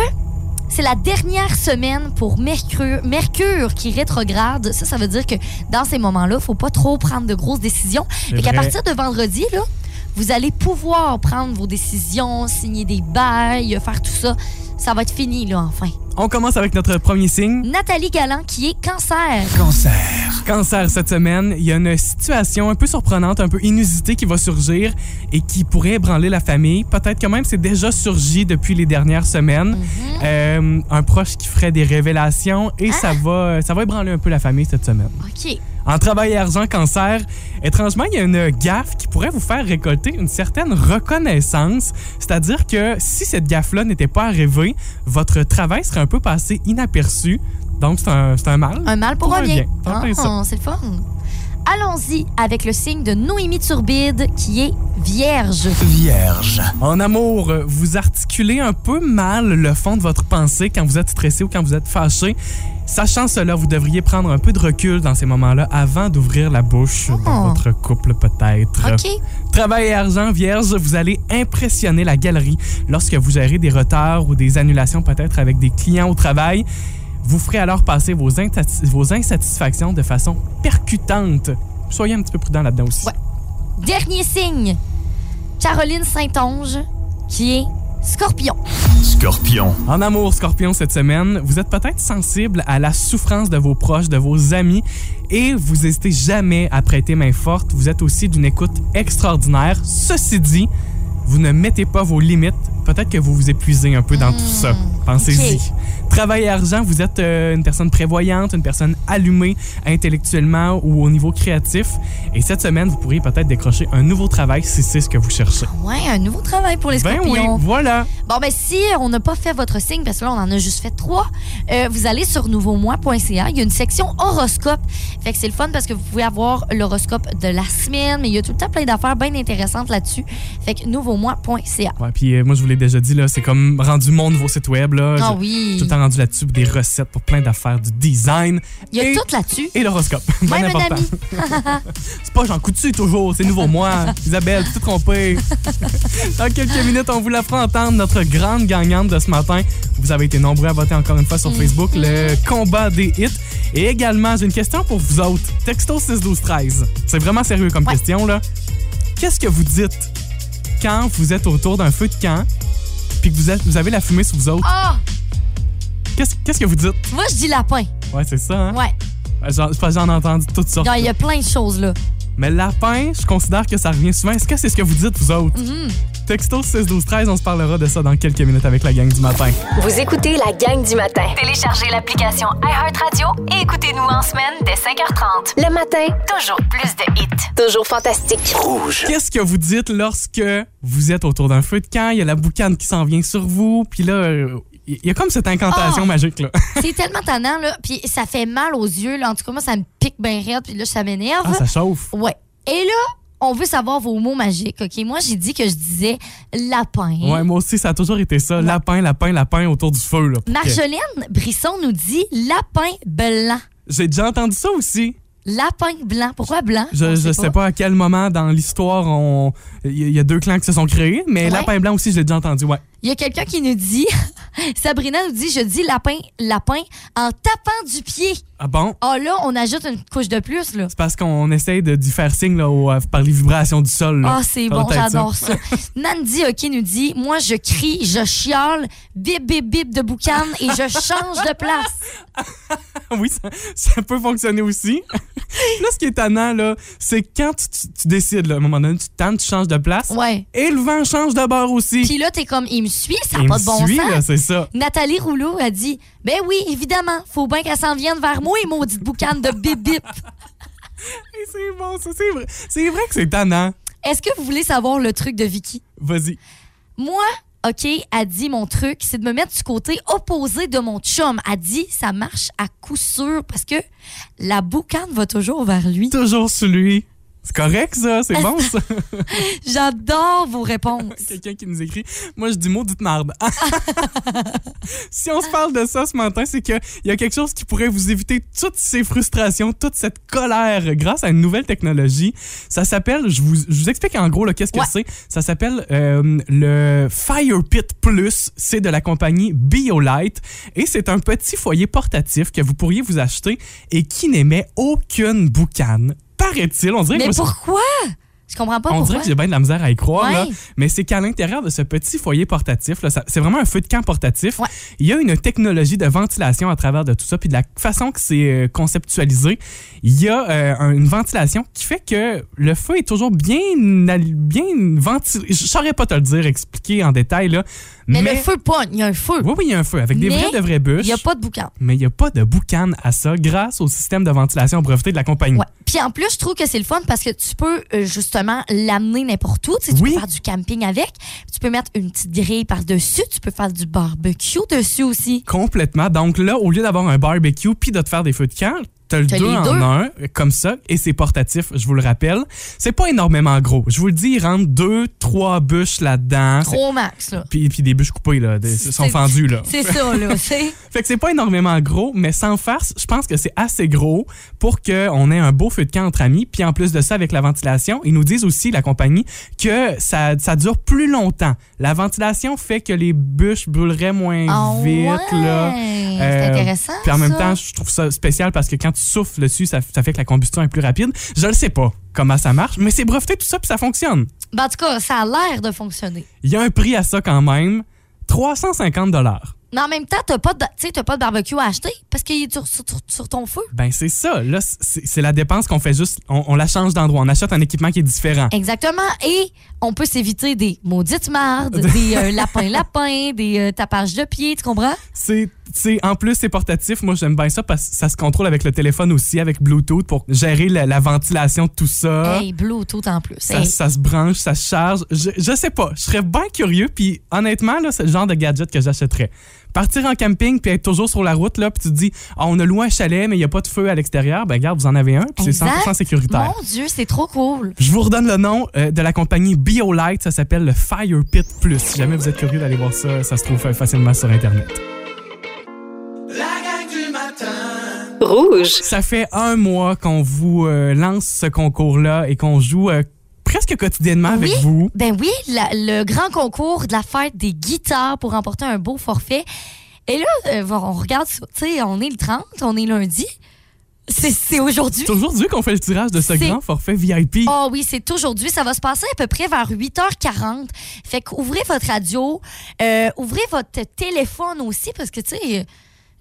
Speaker 3: c'est la dernière semaine pour Mercure, Mercure qui rétrograde. Ça, ça veut dire que dans ces moments-là, faut pas trop prendre de grosses décisions. Fait qu'à
Speaker 4: vrai.
Speaker 3: partir de vendredi, là, vous allez pouvoir prendre vos décisions, signer des bails, faire tout ça. Ça va être fini, là, enfin.
Speaker 4: On commence avec notre premier signe.
Speaker 3: Nathalie Galland, qui est cancer.
Speaker 4: Cancer cette semaine, il y a une situation un peu surprenante, un peu inusitée qui va surgir et qui pourrait ébranler la famille. Peut-être que même c'est déjà surgi depuis les dernières semaines. Euh, un proche qui ferait des révélations et ça va ça va ébranler un peu la famille cette semaine.
Speaker 3: OK.
Speaker 4: En travail et argent cancer, étrangement, il y a une gaffe qui pourrait vous faire récolter une certaine reconnaissance. C'est-à-dire que si cette gaffe-là n'était pas arrivée, votre travail serait un peu passé inaperçu. Donc, c'est un, c'est un mal.
Speaker 3: Un mal pour un bien.
Speaker 4: Tant pis, ça.
Speaker 3: Ah, c'est le fun. Allons-y avec le signe de Noémie Turbide qui est vierge.
Speaker 2: Vierge.
Speaker 4: En amour, euh, vous articulez un peu mal le fond de votre pensée quand vous êtes stressé ou quand vous êtes fâché. Sachant cela, vous devriez prendre un peu de recul dans ces moments-là avant d'ouvrir la bouche
Speaker 3: Oh.
Speaker 4: dans votre couple peut-être.
Speaker 3: OK.
Speaker 4: Travail et argent, vierge, vous allez impressionner la galerie lorsque vous gérez des retards ou des annulations peut-être avec des clients au travail. Vous ferez alors passer vos, insati- vos insatisfactions de façon percutante. Soyez un petit peu prudent là-dedans aussi.
Speaker 3: Ouais. Dernier signe, Caroline Saint-Onge qui est scorpion.
Speaker 2: Scorpion.
Speaker 4: En amour, Scorpion, cette semaine, vous êtes peut-être sensible à la souffrance de vos proches, de vos amis, et vous n'hésitez jamais à prêter main forte. Vous êtes aussi d'une écoute extraordinaire. Ceci dit, vous ne mettez pas vos limites. Peut-être que vous vous épuisez un peu dans tout ça. Pensez-y.
Speaker 3: ok.
Speaker 4: Travail et argent, vous êtes euh, une personne prévoyante, une personne allumée intellectuellement ou au niveau créatif. Et cette semaine, vous pourriez peut-être décrocher un nouveau travail si c'est ce que vous cherchez.
Speaker 3: Ouais, un nouveau travail pour les
Speaker 4: Ben oui,
Speaker 3: scorpions.
Speaker 4: voilà.
Speaker 3: Bon, ben si on n'a pas fait votre signe, parce que là, on en a juste fait trois, euh, vous allez sur nouveaumois.ca. Il y a une section horoscope. Fait que c'est le fun parce que vous pouvez avoir l'horoscope de la semaine, mais il y a tout le temps plein d'affaires bien intéressantes là-dessus. Fait que nouveaumois.ca.
Speaker 4: Ouais, puis euh, moi, je vous l'ai déjà dit, là, c'est comme rendu mon nouveau site web. Là.
Speaker 3: Ah
Speaker 4: J'ai
Speaker 3: oui.
Speaker 4: Tout le temps rendu là-dessus pour des recettes pour plein d'affaires, du design.
Speaker 3: Il y a
Speaker 4: et,
Speaker 3: tout là-dessus.
Speaker 4: Et l'horoscope. Bien
Speaker 3: Même un
Speaker 4: important.
Speaker 3: ami.
Speaker 4: C'est pas Jean Coutu toujours, c'est nouveau moi. Isabelle, tu t'es trompée. Dans quelques minutes, on vous la fera entendre, notre grande gagnante de ce matin. Vous avez été nombreux à voter encore une fois
Speaker 3: Mm-hmm.
Speaker 4: sur Facebook, le combat des hits. Et également, j'ai une question pour vous autres. Texto 61213. C'est vraiment sérieux comme
Speaker 3: Ouais.
Speaker 4: question, là. Qu'est-ce que vous dites quand vous êtes autour d'un feu de camp puis que vous, êtes- vous avez la fumée sous vous autres?
Speaker 3: Ah!
Speaker 4: Qu'est-ce qu'est-ce que vous dites?
Speaker 3: Moi, je dis lapin.
Speaker 4: Ouais, c'est ça, hein?
Speaker 3: Ah. Ouais.
Speaker 4: J'en j'en ai entendu toutes sortes.
Speaker 3: Genre, Il y a plein de choses, là.
Speaker 4: Mais lapin, je considère que ça revient souvent. Est-ce que c'est ce que vous dites, vous autres?
Speaker 3: Mm-hmm.
Speaker 4: Texto 6 12 13 on se parlera de ça dans quelques minutes avec la gang du matin.
Speaker 1: Vous écoutez la gang du matin. Téléchargez l'application iHeartRadio et écoutez-nous en semaine dès 5h30. Le matin, toujours plus de hits. Toujours fantastique.
Speaker 4: Qu'est-ce que vous dites lorsque vous êtes autour d'un feu de camp, il y a la boucane qui s'en vient sur vous, puis là, euh, il y a comme cette incantation
Speaker 3: Ah!
Speaker 4: magique, là.
Speaker 3: C'est tellement tannant, là. Puis ça fait mal aux yeux, là. En tout cas, moi, ça me pique bien raide. Puis là, ça m'énerve.
Speaker 4: Ah, ça chauffe.
Speaker 3: Ouais. Et là, on veut savoir vos mots magiques, OK? Moi, j'ai dit que je disais lapin.
Speaker 4: Ouais, moi aussi, ça a toujours été ça. Lapin, lapin, lapin autour du feu, là. pour que-
Speaker 3: Marjolaine Brisson nous dit lapin blanc.
Speaker 4: J'ai déjà entendu ça aussi.
Speaker 3: Lapin blanc. Pourquoi blanc?
Speaker 4: Je,
Speaker 3: On
Speaker 4: je sais pas à quel moment dans l'histoire on il y, y a deux clans qui se sont créés, mais
Speaker 3: Ouais.
Speaker 4: Lapin Blanc aussi, je l'ai déjà entendu, ouais.
Speaker 3: Il y a quelqu'un qui nous dit, Sabrina nous dit, je dis lapin, lapin, en tapant du pied.
Speaker 4: Ah bon?
Speaker 3: Ah là, on ajoute une couche de plus, là.
Speaker 4: C'est parce qu'on essaye de d'y faire signe là, au- euh, par les vibrations du sol. là.
Speaker 3: Ah, c'est
Speaker 4: Ça
Speaker 3: bon,
Speaker 4: doit être
Speaker 3: j'adore ça. Nandi OK nous dit Moi, je crie, je chiale, bip, bip, bip de boucan et je change de place.
Speaker 4: oui, ça, ça peut fonctionner aussi. là, ce qui est tannant, là, c'est quand tu, tu- tu décides, là, à un moment donné, tu tentes, tu changes de place.
Speaker 3: Ouais.
Speaker 4: Et le vent change de bord aussi.
Speaker 3: Puis là, t'es comme Il me suit, ça
Speaker 4: Il
Speaker 3: n'a
Speaker 4: me
Speaker 3: pas de bon
Speaker 4: suit,
Speaker 3: sens.
Speaker 4: là, c'est ça.
Speaker 3: Nathalie Rouleau a dit Ben oui, évidemment, faut bien qu'elle s'en vienne vers moi, et maudite boucane de bip, bip.
Speaker 4: Et C'est bon, ça, c'est vrai. C'est vrai que c'est tannant.
Speaker 3: Est-ce que vous voulez savoir le truc de Vicky
Speaker 4: Vas-y.
Speaker 3: Moi, OK, a dit mon truc, c'est de me mettre du côté opposé de mon chum. A dit ça marche à coup sûr parce que la boucane va toujours vers lui.
Speaker 4: Toujours sur lui. C'est correct, ça. C'est bon, ça.
Speaker 3: J'adore vos réponses.
Speaker 4: Quelqu'un qui nous écrit. Moi, je dis maudite marde. si on se parle de ça ce matin, c'est qu'il y a quelque chose qui pourrait vous éviter toutes ces frustrations, toute cette colère grâce à une nouvelle technologie. Ça s'appelle, je vous, je vous explique en gros là, qu'est-ce
Speaker 3: Ouais.
Speaker 4: que c'est. Ça s'appelle euh, le Fire Pit Plus. C'est de la compagnie BioLite. Et c'est un petit foyer portatif que vous pourriez vous acheter et qui n'émet aucune boucane. Paraît-il, on dirait que
Speaker 3: Mais
Speaker 4: je me suis-
Speaker 3: pourquoi? Je comprends pas
Speaker 4: on
Speaker 3: pourquoi.
Speaker 4: dirait que j'ai bien de la misère à y croire,
Speaker 3: Ah, Ouais.
Speaker 4: là. mais c'est qu'à l'intérieur de ce petit foyer portatif, là, ça- c'est vraiment un feu de camp portatif,
Speaker 3: Ouais.
Speaker 4: il y a une technologie de ventilation à travers de tout ça, puis de la façon que c'est euh, conceptualisé, il y a euh, un- une ventilation qui fait que le feu est toujours bien, al- bien ventilé. Je saurais pas te le dire, expliquer en détail, là,
Speaker 3: mais, le feu pogne, il y a un feu.
Speaker 4: Oui, oui, il y a un feu avec des
Speaker 3: Mais
Speaker 4: vraies de vraies bûches.
Speaker 3: Il n'y a pas de boucan.
Speaker 4: Mais il n'y a pas de boucan à ça grâce au système de ventilation breveté de la compagnie.
Speaker 3: Ouais. Puis en plus, je trouve que c'est le fun parce que tu peux euh, justement l'amener n'importe où. Tu, sais, tu
Speaker 4: Oui.
Speaker 3: peux faire du camping avec. Tu peux mettre une petite grille par-dessus. Tu peux faire du barbecue dessus aussi.
Speaker 4: Complètement. Donc là, au lieu d'avoir un barbecue puis de te faire des feux de camp, t'as le
Speaker 3: T'as
Speaker 4: deux
Speaker 3: les
Speaker 4: en
Speaker 3: deux.
Speaker 4: un, comme ça, et c'est portatif, je vous le rappelle. C'est pas énormément gros. Je vous le dis, il rentre deux, trois bûches là-dedans. C'est-
Speaker 3: Gros max, là.
Speaker 4: Puis, puis des bûches coupées, là, des-
Speaker 3: C'est-
Speaker 4: sont fendues, là.
Speaker 3: C'est ça, là. c'est-
Speaker 4: Fait que c'est pas énormément gros, mais sans farce, je pense que c'est assez gros pour qu'on ait un beau feu de camp entre amis. Puis en plus de ça, avec la ventilation, ils nous disent aussi, la compagnie, que ça, ça dure plus longtemps. La ventilation fait que les bûches brûleraient moins
Speaker 3: Ah
Speaker 4: vite,
Speaker 3: ouais,
Speaker 4: là.
Speaker 3: C'est
Speaker 4: Euh,
Speaker 3: intéressant.
Speaker 4: Puis en même
Speaker 3: ça.
Speaker 4: temps, je trouve ça spécial parce que quand tu souffles dessus, ça, ça fait que la combustion est plus rapide. Je le sais pas comment ça marche, mais c'est breveté tout ça puis ça fonctionne.
Speaker 3: Ben, en tout cas, ça a l'air de fonctionner.
Speaker 4: Il y a un prix à ça quand même, 350 dollars.
Speaker 3: Mais en même temps, t'as pas de, tu sais, t'as pas de barbecue à acheter parce qu'il est sur, sur- sur ton feu.
Speaker 4: Ben c'est ça, là c'est c'est la dépense qu'on fait juste, on, on la change d'endroit, on achète un équipement qui est différent.
Speaker 3: Exactement. Et on peut s'éviter des maudites mardes, des euh, lapins-lapins, des euh, tapages de pieds, tu comprends?
Speaker 4: C'est c'est- en plus c'est portatif, moi j'aime bien ça parce que ça se contrôle avec le téléphone aussi avec Bluetooth pour gérer la, la ventilation de tout ça.
Speaker 3: Hey, Bluetooth en plus.
Speaker 4: Ah. Ça,
Speaker 3: Hey.
Speaker 4: ça se branche, ça se charge. Je, je sais pas. Je serais bien curieux. Puis honnêtement, là, c'est le genre de gadget que j'achèterais. Partir en camping puis être toujours sur la route, là, puis tu te dis, Ah, on a loué un chalet, mais il n'y a pas de feu à l'extérieur. Ben, regarde, vous en avez un, puis c'est
Speaker 3: Exact.
Speaker 4: 100% sécuritaire.
Speaker 3: Mon Dieu, c'est trop cool.
Speaker 4: Je vous redonne le nom euh, de la compagnie BioLite. Ça s'appelle le Fire Pit Plus. Si jamais vous êtes curieux d'aller voir ça, ça se trouve euh, facilement sur Internet.
Speaker 1: Rouge.
Speaker 4: Ça fait un mois qu'on vous euh, lance ce concours-là et qu'on joue euh, presque quotidiennement avec
Speaker 3: Oui.
Speaker 4: vous.
Speaker 3: Ben oui, la- le grand concours de la fête des guitares pour remporter un beau forfait. Et là, euh, on regarde, ça. tu sais, on est le 30, on est lundi. C'est- C'est aujourd'hui.
Speaker 4: C'est aujourd'hui qu'on fait le tirage de ce
Speaker 3: C'est-
Speaker 4: grand forfait VIP.
Speaker 3: Ah oui, c'est aujourd'hui. Ça va se passer à peu près vers 8h40. Fait qu'ouvrez votre radio, euh, ouvrez votre téléphone aussi, parce que, tu sais,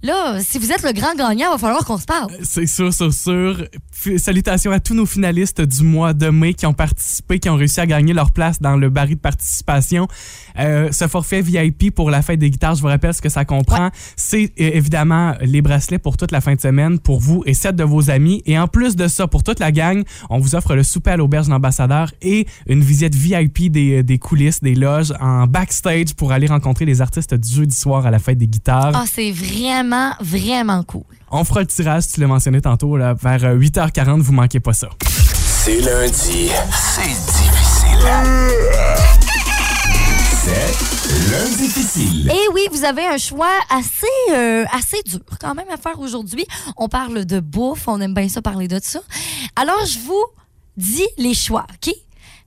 Speaker 3: là, si vous êtes le grand gagnant, il va falloir qu'on se parle.
Speaker 4: C'est sûr, sûr, sûr. F- Salutations à tous nos finalistes du mois de mai qui ont participé, qui ont réussi à gagner leur place dans le baril de participation. Euh, ce forfait VIP pour la fête des guitares, je vous rappelle ce que ça comprend. C'est euh, évidemment les bracelets pour toute la fin de semaine, pour vous et sept de vos amis. Et en plus de ça, pour toute la gang, on vous offre le souper à l'auberge d'ambassadeur et une visite VIP des, euh, des coulisses, des loges en backstage pour aller rencontrer les artistes du jeudi soir à la fête des guitares.
Speaker 3: Ah, c'est vraiment, vraiment cool.
Speaker 4: On fera le tirage, tu l'as mentionné tantôt, là, vers euh, 8h40, vous manquez pas ça.
Speaker 6: C'est lundi. C'est difficile. C'est lundi difficile.
Speaker 3: Et oui, vous avez un choix assez, euh, assez dur quand même à faire aujourd'hui. On parle de bouffe, on aime bien ça parler de ça. Alors, je vous dis les choix, OK?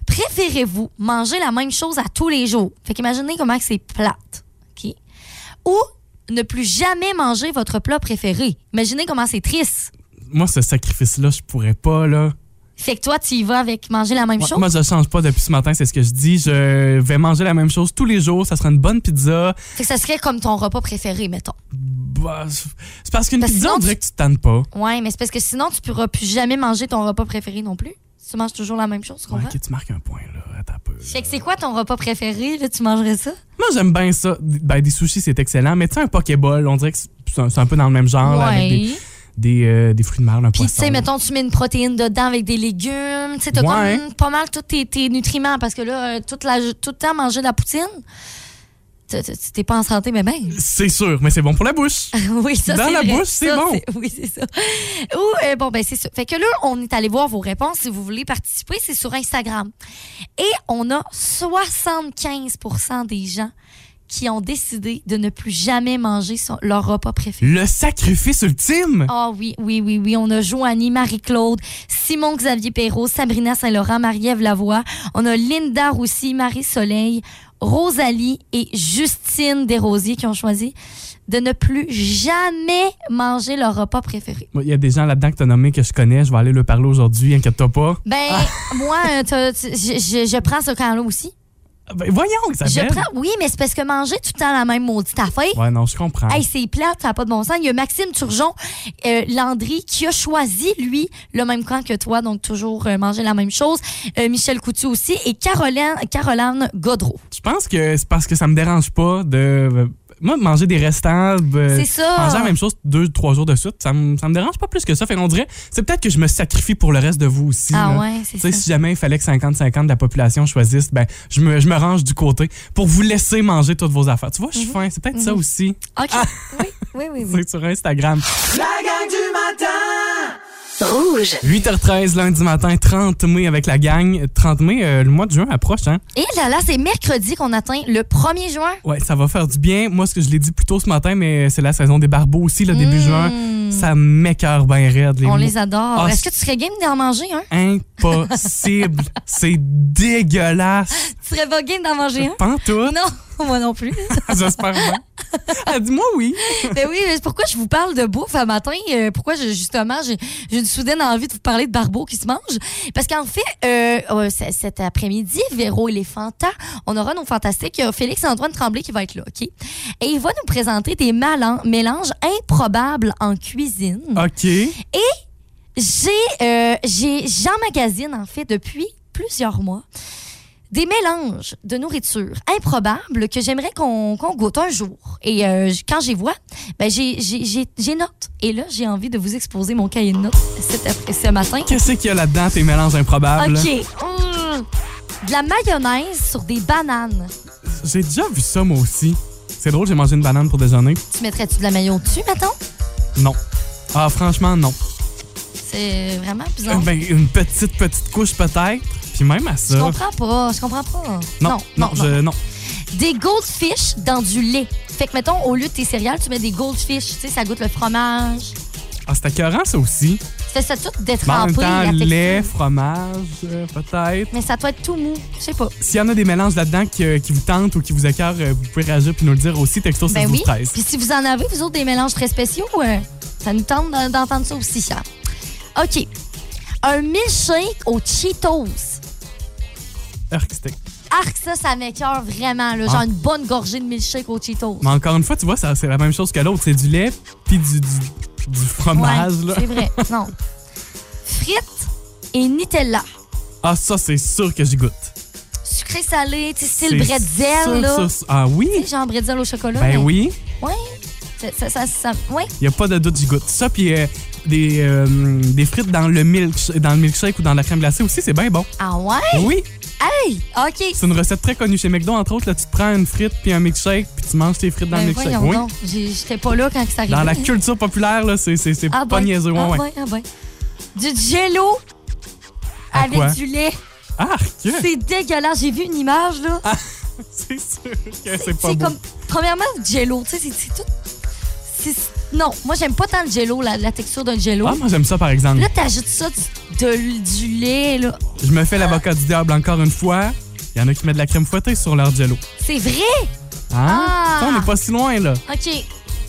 Speaker 3: Préférez-vous manger la même chose à tous les jours? Fait qu'imaginez comment que c'est plate, OK? Ou ne plus jamais manger votre plat préféré. Imaginez comment c'est triste.
Speaker 4: Moi, ce sacrifice-là, je pourrais pas, là.
Speaker 3: Fait que toi, tu y vas avec manger la même
Speaker 4: Moi,
Speaker 3: chose?
Speaker 4: moi, je change pas depuis ce matin, c'est ce que je dis. Je vais manger la même chose tous les jours. Ça sera une bonne pizza.
Speaker 3: Fait que ça serait comme ton repas préféré, mettons.
Speaker 4: Bah, c'est parce qu'une
Speaker 3: Parce que
Speaker 4: pizza,
Speaker 3: sinon,
Speaker 4: on dirait que tu te tannes pas.
Speaker 3: Ouais, mais c'est parce que sinon, tu pourras plus jamais manger ton repas préféré non plus. Tu manges toujours la même chose, tu
Speaker 4: Ouais,
Speaker 3: comprends?
Speaker 4: ok, tu marques un point, là. Attends un peu.
Speaker 3: Fait que c'est quoi ton repas préféré? Là, tu mangerais ça?
Speaker 4: Moi, j'aime bien ça. Ben, des sushis, c'est excellent. Mais tu sais, un Pokéball, on dirait que c'est un, c'est un peu dans le même genre, là, avec Ah, des, des, euh, des fruits de mer, un
Speaker 3: Puis, tu
Speaker 4: poisson.
Speaker 3: sais, mettons, tu mets une protéine dedans avec des légumes. Tu sais, t'as
Speaker 4: Ouais.
Speaker 3: comme pas mal tous tes, tes nutriments parce que là, euh, toute la, tout le temps manger de la poutine, t'as- t'as- t'es pas en santé, mais ben.
Speaker 4: C'est sûr, mais c'est bon pour la bouche.
Speaker 3: oui, ça,
Speaker 4: Dans
Speaker 3: c'est
Speaker 4: la
Speaker 3: vrai.
Speaker 4: bouche, c'est
Speaker 3: Ça,
Speaker 4: bon.
Speaker 3: Oui, c'est ça. Ou, euh, bon, ben, c'est ça. Fait que là, on est allé voir vos réponses. Si vous voulez participer, c'est sur Instagram. Et on a 75 des gens qui ont décidé de ne plus jamais manger son- leur repas préféré.
Speaker 4: Le sacrifice ultime.
Speaker 3: Ah oui, oui, oui, oui. On a Joanie, Marie-Claude, Simon Xavier Perrault, Sabrina Saint-Laurent, Marie-Ève Lavoie. On a Linda Roussy, Marie-Soleil, Rosalie et Justine Desrosiers qui ont choisi de ne plus jamais manger leur repas préféré.
Speaker 4: Moi, Il y a des gens là-dedans que t'as nommé que je connais. Je vais aller leur parler aujourd'hui. Inquiète-toi pas.
Speaker 3: Ben, moi, euh, t'as- tu- je, je- je prends ce camp-là aussi.
Speaker 4: Ben, voyons, ça
Speaker 3: Je prends, oui, mais c'est parce que manger tout le temps la même maudite affaire,
Speaker 4: Ouais, non, je comprends.
Speaker 3: Hey, c'est plate, ça n'a pas de bon sens. Il y a Maxime Turgeon euh, Landry qui a choisi, lui, le même camp que toi, donc toujours euh, manger la même chose. Euh, Michel Coutu aussi et Caroline, Caroline Godreau.
Speaker 4: Je pense que c'est parce que ça me dérange pas de. Moi, manger des restants, euh,
Speaker 3: C'est ça.
Speaker 4: manger la même chose deux, trois jours de suite, ça me, ça me dérange pas plus que ça. Fait qu'on dirait, c'est peut-être que je me sacrifie pour le reste de vous aussi.
Speaker 3: Ah
Speaker 4: là.
Speaker 3: ouais, c'est
Speaker 4: Tu sais,
Speaker 3: ça.
Speaker 4: si jamais il fallait que 50-50 de la population choisisse, ben, je me, je me range du côté pour vous laisser manger toutes vos affaires. Tu vois, je
Speaker 3: Mhm.
Speaker 4: suis fin. C'est peut-être ça aussi.
Speaker 3: OK. Oui, oui, oui. oui.
Speaker 4: C'est sur Instagram.
Speaker 7: La gang du matin.
Speaker 1: Rouge.
Speaker 4: 8h13, lundi matin, 30 mai avec la gang. 30 mai, euh, le mois de juin approche, hein?
Speaker 3: Et là, là, c'est mercredi qu'on atteint le 1er juin.
Speaker 4: Ouais, ça va faire du bien. Moi, ce que je l'ai dit plus tôt ce matin, mais c'est la saison des barbeaux aussi, le début
Speaker 3: Mm.
Speaker 4: juin. Ça m'écœure bien raide. Les
Speaker 3: On
Speaker 4: mots.
Speaker 3: les adore.
Speaker 4: Ah,
Speaker 3: Est-ce que tu serais game d'en manger un?
Speaker 4: Impossible. c'est dégueulasse.
Speaker 3: Tu serais pas game d'en manger un?
Speaker 4: Pantoute.
Speaker 3: Non, moi non plus.
Speaker 4: J'espère bien. Ah, dis-moi oui.
Speaker 3: Ben oui, mais c'est pourquoi je vous parle de bouffe à matin? euh, pourquoi je- justement j'ai j'ai une soudaine envie de vous parler de barbeaux qui se mange? Parce qu'en fait, euh, euh, c- cet après-midi, Véro et les Fantas, on aura nos fantastiques. Il y a Félix-Antoine Tremblay qui va être là, OK? Et il va nous présenter des malan- mélanges improbables en cuisine.
Speaker 4: OK.
Speaker 3: J'ai euh, j'ai- j'emmagasine en fait depuis plusieurs mois des mélanges de nourriture improbables que j'aimerais qu'on qu'on goûte un jour. Et euh, j- quand j'y vois, ben j'ai- j'ai j'ai- j'ai note. Et là, j'ai envie de vous exposer mon cahier de notes cet après- ce matin.
Speaker 4: Qu'est-ce qu'il y a là-dedans, tes mélanges improbables?
Speaker 3: OK. Mmh. De la mayonnaise sur des bananes.
Speaker 4: J'ai déjà vu ça, moi aussi. C'est drôle, j'ai mangé une banane pour déjeuner.
Speaker 3: Tu mettrais-tu de la mayo dessus, mettons?
Speaker 4: Non. Ah, franchement, non.
Speaker 3: C'est vraiment bizarre.
Speaker 4: Ben, une petite, petite couche peut-être. Puis même à
Speaker 3: Je
Speaker 4: ça.
Speaker 3: comprends pas. Je comprends pas.
Speaker 4: non, non, je, non.
Speaker 3: des goldfish dans du lait. Fait que, mettons, au lieu de tes céréales, tu mets des goldfish. Tu sais, ça goûte le fromage.
Speaker 4: Ah, c'est écœurant, ça aussi.
Speaker 3: Tu fais ça tout
Speaker 4: Mais Ben,
Speaker 3: détrempé.
Speaker 4: en même
Speaker 3: la
Speaker 4: temps,
Speaker 3: texture.
Speaker 4: lait, fromage, euh, peut-être.
Speaker 3: Mais ça doit être tout mou. Je sais pas.
Speaker 4: S'il y en a des mélanges là-dedans qui, euh, qui vous tentent ou qui vous écœurent, euh, vous pouvez réagir puis nous le dire aussi, texto
Speaker 3: Ben
Speaker 4: 612
Speaker 3: oui.
Speaker 4: 13.
Speaker 3: Puis si vous en avez, vous autres, des mélanges très spéciaux, euh, ça nous tente d'en- d'entendre ça aussi, ça. OK. Un milkshake aux Cheetos.
Speaker 4: Arc, c'était-
Speaker 3: Arc, ça, ça m'écœure vraiment. Là, genre
Speaker 4: Ah.
Speaker 3: une bonne gorgée de milkshake aux Cheetos.
Speaker 4: Mais encore une fois, tu vois, ça, c'est la même chose que l'autre. C'est du lait puis du, du, du fromage.
Speaker 3: Ouais,
Speaker 4: là.
Speaker 3: c'est vrai. Non. Frites et Nutella.
Speaker 4: Ah, ça, c'est sûr que j'y goûte.
Speaker 3: Sucré salé, tu sais, style
Speaker 4: C'est sûr,
Speaker 3: bretzel, là.
Speaker 4: sûr, sûr. Ah oui?
Speaker 3: genre bretzel au chocolat.
Speaker 4: Ben
Speaker 3: mais-
Speaker 4: oui,
Speaker 3: Ouais. Ça, ça, ça, ça- ouais.
Speaker 4: il a pas de doute, j'y goûte. Ça, puis euh, des, euh, des frites dans le, milk, dans le milkshake ou dans la crème glacée aussi, c'est bien bon.
Speaker 3: Ah ouais?
Speaker 4: Oui,
Speaker 3: Hey! OK.
Speaker 4: c'est une recette très connue chez McDo, entre autres. Là, tu te prends une frite puis un milkshake, puis tu manges tes frites dans
Speaker 3: Ben
Speaker 4: le milkshake.
Speaker 3: voyons
Speaker 4: Oui.
Speaker 3: donc. J'ai- J'étais pas là quand ça arrivait.
Speaker 4: Dans la culture populaire, là, c'est, c'est, c'est
Speaker 3: Ah
Speaker 4: pas
Speaker 3: ben,
Speaker 4: niaiseux. Ouais,
Speaker 3: ah
Speaker 4: ouais.
Speaker 3: ben, ah ben. Du jello
Speaker 4: À
Speaker 3: avec
Speaker 4: quoi?
Speaker 3: du lait.
Speaker 4: Ah, Arc!
Speaker 3: C'est dégueulasse. J'ai vu une image, là.
Speaker 4: c'est sûr que Ah, c'est pas
Speaker 3: C'est
Speaker 4: beau.
Speaker 3: comme, premièrement, le jello, tu sais, c'est- c'est tout. c'est- Non, moi, j'aime pas tant le jello, la, la texture d'un jello.
Speaker 4: Ah, moi, j'aime ça, par exemple.
Speaker 3: Là, t'ajoutes ça du, de- du lait, là.
Speaker 4: Je me fais l'avocat du diable encore une fois. Il y en a qui mettent de la crème fouettée sur leur jello.
Speaker 3: C'est vrai?
Speaker 4: Hein?
Speaker 3: Ah!
Speaker 4: Ça, on n'est pas si loin, là.
Speaker 3: OK.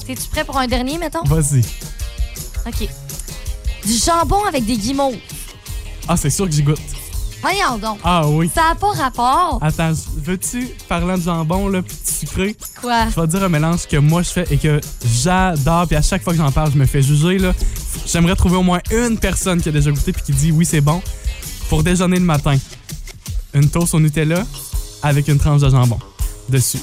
Speaker 3: T'es-tu prêt pour un dernier, mettons?
Speaker 4: Vas-y.
Speaker 3: OK. Du jambon avec des guimauves.
Speaker 4: Ah, c'est sûr que j'y goûte.
Speaker 3: Voyons donc.
Speaker 4: Ah oui.
Speaker 3: Ça n'a pas rapport.
Speaker 4: Attends, je- veux-tu, parlant de jambon, là, puis de sucré,
Speaker 3: Quoi?
Speaker 4: je vais te dire un mélange que moi, je fais et que j'adore, puis à chaque fois que j'en parle, je me fais juger, là. J'aimerais trouver au moins une personne qui a déjà goûté puis qui dit oui, c'est bon. Pour déjeuner le matin, une toast au Nutella avec une tranche de jambon dessus.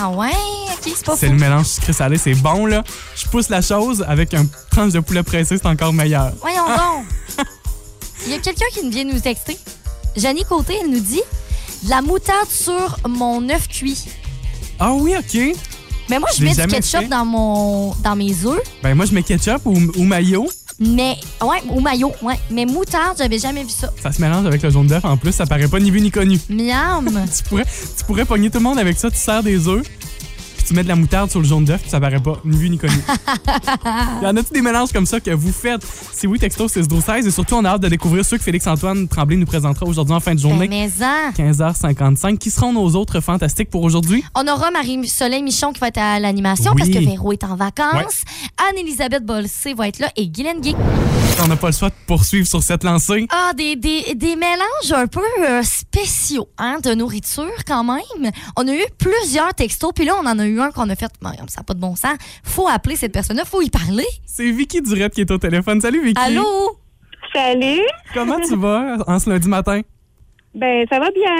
Speaker 3: Ah ouais? OK, c'est pas
Speaker 4: C'est
Speaker 3: fou.
Speaker 4: le mélange sucré salé, c'est bon là. Je pousse la chose avec un tranche de poulet pressé, c'est encore meilleur.
Speaker 3: Voyons donc. Il y a quelqu'un qui vient nous texter. Janie Côté, elle nous dit de la moutarde sur mon œuf cuit.
Speaker 4: Ah oui, ok.
Speaker 3: Mais moi, je
Speaker 4: Je l'ai
Speaker 3: mets du
Speaker 4: jamais
Speaker 3: ketchup
Speaker 4: fait.
Speaker 3: dans mon dans mes œufs.
Speaker 4: Ben moi je mets ketchup ou, ou mayo,
Speaker 3: Mais ouais, au maillot, ouais. Mais moutarde, j'avais jamais vu ça.
Speaker 4: ça se mélange avec le jaune d'œuf en plus, ça paraît pas ni vu ni connu.
Speaker 3: Miam! Ben,
Speaker 4: Tu pourrais, tu pourrais pogner tout le monde avec ça, tu sers des œufs, puis tu mets de la moutarde sur le jaune d'œuf, puis ça paraît pas ni vu ni connu. y en a-tu des mélanges comme ça que vous faites Si oui, texto 6 12 16 et surtout on a hâte de découvrir ceux que Félix Antoine Tremblay nous présentera aujourd'hui en fin de
Speaker 3: Ben,
Speaker 4: journée.
Speaker 3: mais-en.
Speaker 4: 15h55, qui seront nos autres fantastiques pour aujourd'hui?
Speaker 3: On aura Marie-Soleil Michon qui va être à l'animation
Speaker 4: Oui.
Speaker 3: parce que Véro est en vacances. Anne-Elisabeth Bolsé va être là et Guylaine Gay.
Speaker 4: On n'a pas le choix de poursuivre sur cette lancée.
Speaker 3: Ah, des, des, des mélanges un peu euh, spéciaux hein, de nourriture quand même. On a eu plusieurs textos, puis là, on en a eu un qu'on a fait. Mariam, ça n'a pas de bon sens. Faut appeler cette personne-là, faut y parler.
Speaker 4: C'est Vicky Durette qui est au téléphone. Salut Vicky.
Speaker 3: Allô?
Speaker 8: Salut!
Speaker 4: Comment tu vas en ce lundi matin?
Speaker 8: Ben, ça va bien?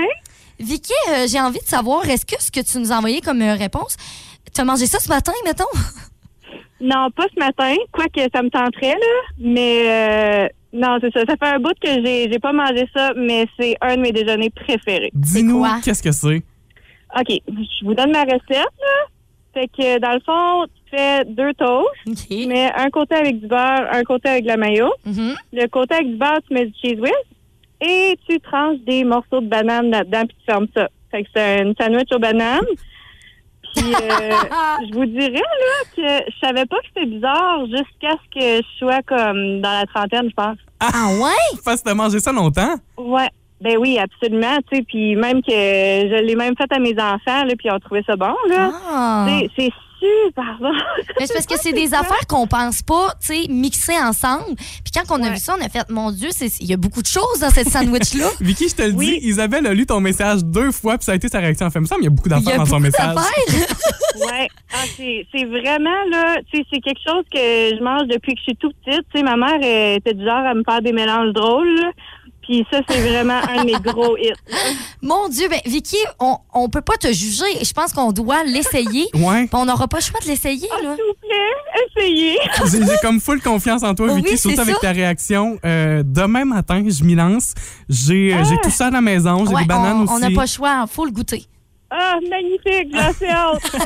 Speaker 3: Vicky, euh, j'ai envie de savoir, est-ce que ce que tu nous as envoyé comme euh, réponse, tu as mangé ça ce matin, mettons?
Speaker 8: Non, pas ce matin, quoique ça me tenterait, là. Mais euh, non, c'est ça. Ça fait un bout que j'ai j'ai pas mangé ça, mais c'est un de mes déjeuners préférés.
Speaker 4: Dis-nous
Speaker 3: quoi?
Speaker 4: qu'est-ce que c'est.
Speaker 8: OK, je vous donne ma recette, là. Fait que, dans le fond, tu fais deux toasts,
Speaker 3: OK.
Speaker 8: tu mets un côté avec du beurre, un côté avec de la mayo.
Speaker 3: Mhm.
Speaker 8: Le côté avec du beurre, tu mets du cheese whiz. Et tu tranches des morceaux de banane là-dedans, puis tu fermes ça. Fait que c'est une sandwich aux bananes. Puis, euh, je vous dirais là que je savais pas que c'était bizarre jusqu'à ce que je sois comme dans la trentaine, je pense.
Speaker 3: Ah ouais?
Speaker 4: Parce que t'as mangé ça longtemps.
Speaker 8: Ouais. Ben oui, absolument, tu sais, puis même que je l'ai même fait à mes enfants là, puis ils ont trouvé ça bon là.
Speaker 3: Ah.
Speaker 8: Tu sais, C'est super bon.
Speaker 3: Mais c'est parce que c'est des affaires qu'on pense pas, tu sais, mixées ensemble. Puis quand on a
Speaker 8: Ouais.
Speaker 3: vu ça, on a fait, mon Dieu, c'est- il y a beaucoup de choses dans cette sandwich-là.
Speaker 4: Vicky, je te le
Speaker 8: Oui.
Speaker 4: dis, Isabelle a lu ton message deux fois, puis ça a été sa réaction. En fait, il me semble qu'il y a beaucoup
Speaker 3: Il y
Speaker 4: d'affaires
Speaker 3: a
Speaker 4: dans son
Speaker 3: beaucoup
Speaker 4: message.
Speaker 3: d'affaires.
Speaker 8: Ouais, ah, c'est c'est vraiment là, tu sais, c'est quelque chose que je mange depuis que je suis toute petite. Tu sais, ma mère elle était du genre à me faire des mélanges drôles. là. Puis ça, c'est vraiment un de mes gros hits. là.
Speaker 3: Mon Dieu, ben, Vicky, on, on peut pas te juger. Je pense qu'on doit l'essayer.
Speaker 4: Ouais.
Speaker 3: Puis On n'aura pas le choix de l'essayer,
Speaker 8: Ah,
Speaker 3: là.
Speaker 8: S'il vous plaît, essayez.
Speaker 4: J'ai j'ai comme full confiance en toi,
Speaker 3: Oui,
Speaker 4: Vicky,
Speaker 3: c'est
Speaker 4: surtout avec
Speaker 3: ça.
Speaker 4: ta réaction. Euh, demain matin, je m'y lance. J'ai euh, j'ai tout ça à la maison, j'ai
Speaker 3: Ah. Ouais,
Speaker 4: des bananes
Speaker 3: on- on n'a
Speaker 4: aussi.
Speaker 3: pas le choix, faut le goûter.
Speaker 8: Ah, magnifique, j'ai assez hâte.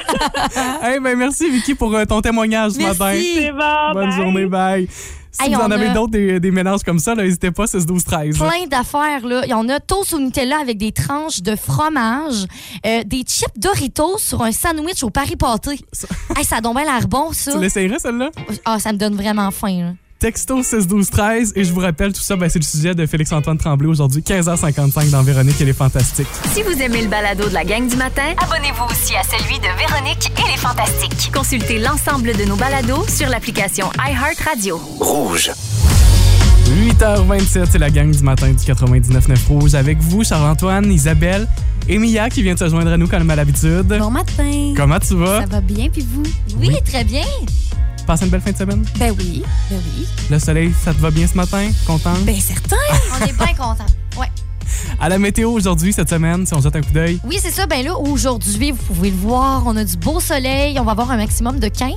Speaker 4: Eh ben, merci, Vicky, pour euh, ton témoignage ce matin.
Speaker 3: Merci.
Speaker 8: C'est bon.
Speaker 4: Bonne
Speaker 8: Ah, bye.
Speaker 4: journée, bye. Si
Speaker 3: Hey,
Speaker 4: vous en
Speaker 3: on
Speaker 4: avez
Speaker 3: a-
Speaker 4: d'autres, des, des mélanges comme ça, là, n'hésitez pas, c'est 12 13
Speaker 3: Plein d'affaires, là. Il y en a toast au Nutella avec des tranches de fromage, euh, des chips Doritos sur un sandwich au Paris pâté.
Speaker 4: Ça-
Speaker 3: hey, ça a donc bien l'air bon, ça.
Speaker 4: Tu l'essayerais, celle-là?
Speaker 3: Ah, ça me donne vraiment faim, là.
Speaker 4: Texto 16-12-13. Et je vous rappelle, tout ça, ben, c'est le sujet de Félix-Antoine Tremblay aujourd'hui, 15h55 dans Véronique et les Fantastiques.
Speaker 1: Si vous aimez le balado de la gang du matin, abonnez-vous aussi à celui de Véronique et les Fantastiques. Consultez l'ensemble de nos balados sur l'application iHeartRadio.
Speaker 4: 8h27, c'est la gang du matin du 99.9 Rouge. Avec vous, Charles-Antoine, Isabelle et Mia qui vient de se joindre à nous comme à l'habitude.
Speaker 9: Bon matin.
Speaker 4: Comment tu vas?
Speaker 9: Ça va bien, puis vous?
Speaker 3: Oui, très bien.
Speaker 4: Passe une belle fin de semaine?
Speaker 9: Ben oui, ben oui.
Speaker 4: Le soleil, ça te va bien ce matin? Contente?
Speaker 9: Ben certain.
Speaker 3: On est bien contents. Ouais.
Speaker 4: À la météo aujourd'hui, cette semaine, si on jette un coup d'œil.
Speaker 3: Oui, c'est ça. Ben là, aujourd'hui, vous pouvez le voir, on a du beau soleil, on va avoir un maximum de 15.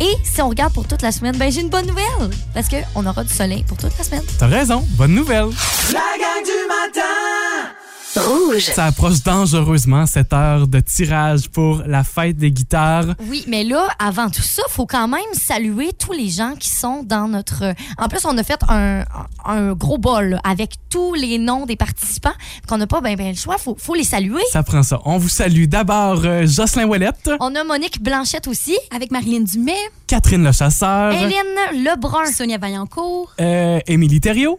Speaker 3: Et si on regarde pour toute la semaine, ben j'ai une bonne nouvelle parce que on aura du soleil pour toute la semaine.
Speaker 4: T'as raison, bonne nouvelle!
Speaker 7: La gang du matin
Speaker 1: Rouge.
Speaker 4: Ça approche dangereusement cette heure de tirage pour la fête des guitares.
Speaker 3: Oui, mais là, avant tout ça, faut quand même saluer tous les gens qui sont dans notre. En plus, on a fait un, un gros bol là, avec tous les noms des participants qu'on n'a pas bien ben, le choix. Faut, faut les saluer.
Speaker 4: Ça prend ça. On vous salue d'abord euh, Jocelyn Ouellette,
Speaker 9: Oh.
Speaker 3: On a Monique Blanchette aussi,
Speaker 9: Avec Marilyn Dumais,
Speaker 4: Catherine Le Chasseur,
Speaker 3: Hélène Lebrun,
Speaker 9: Sonia Vaillancourt,
Speaker 4: euh, Émilie Thériault,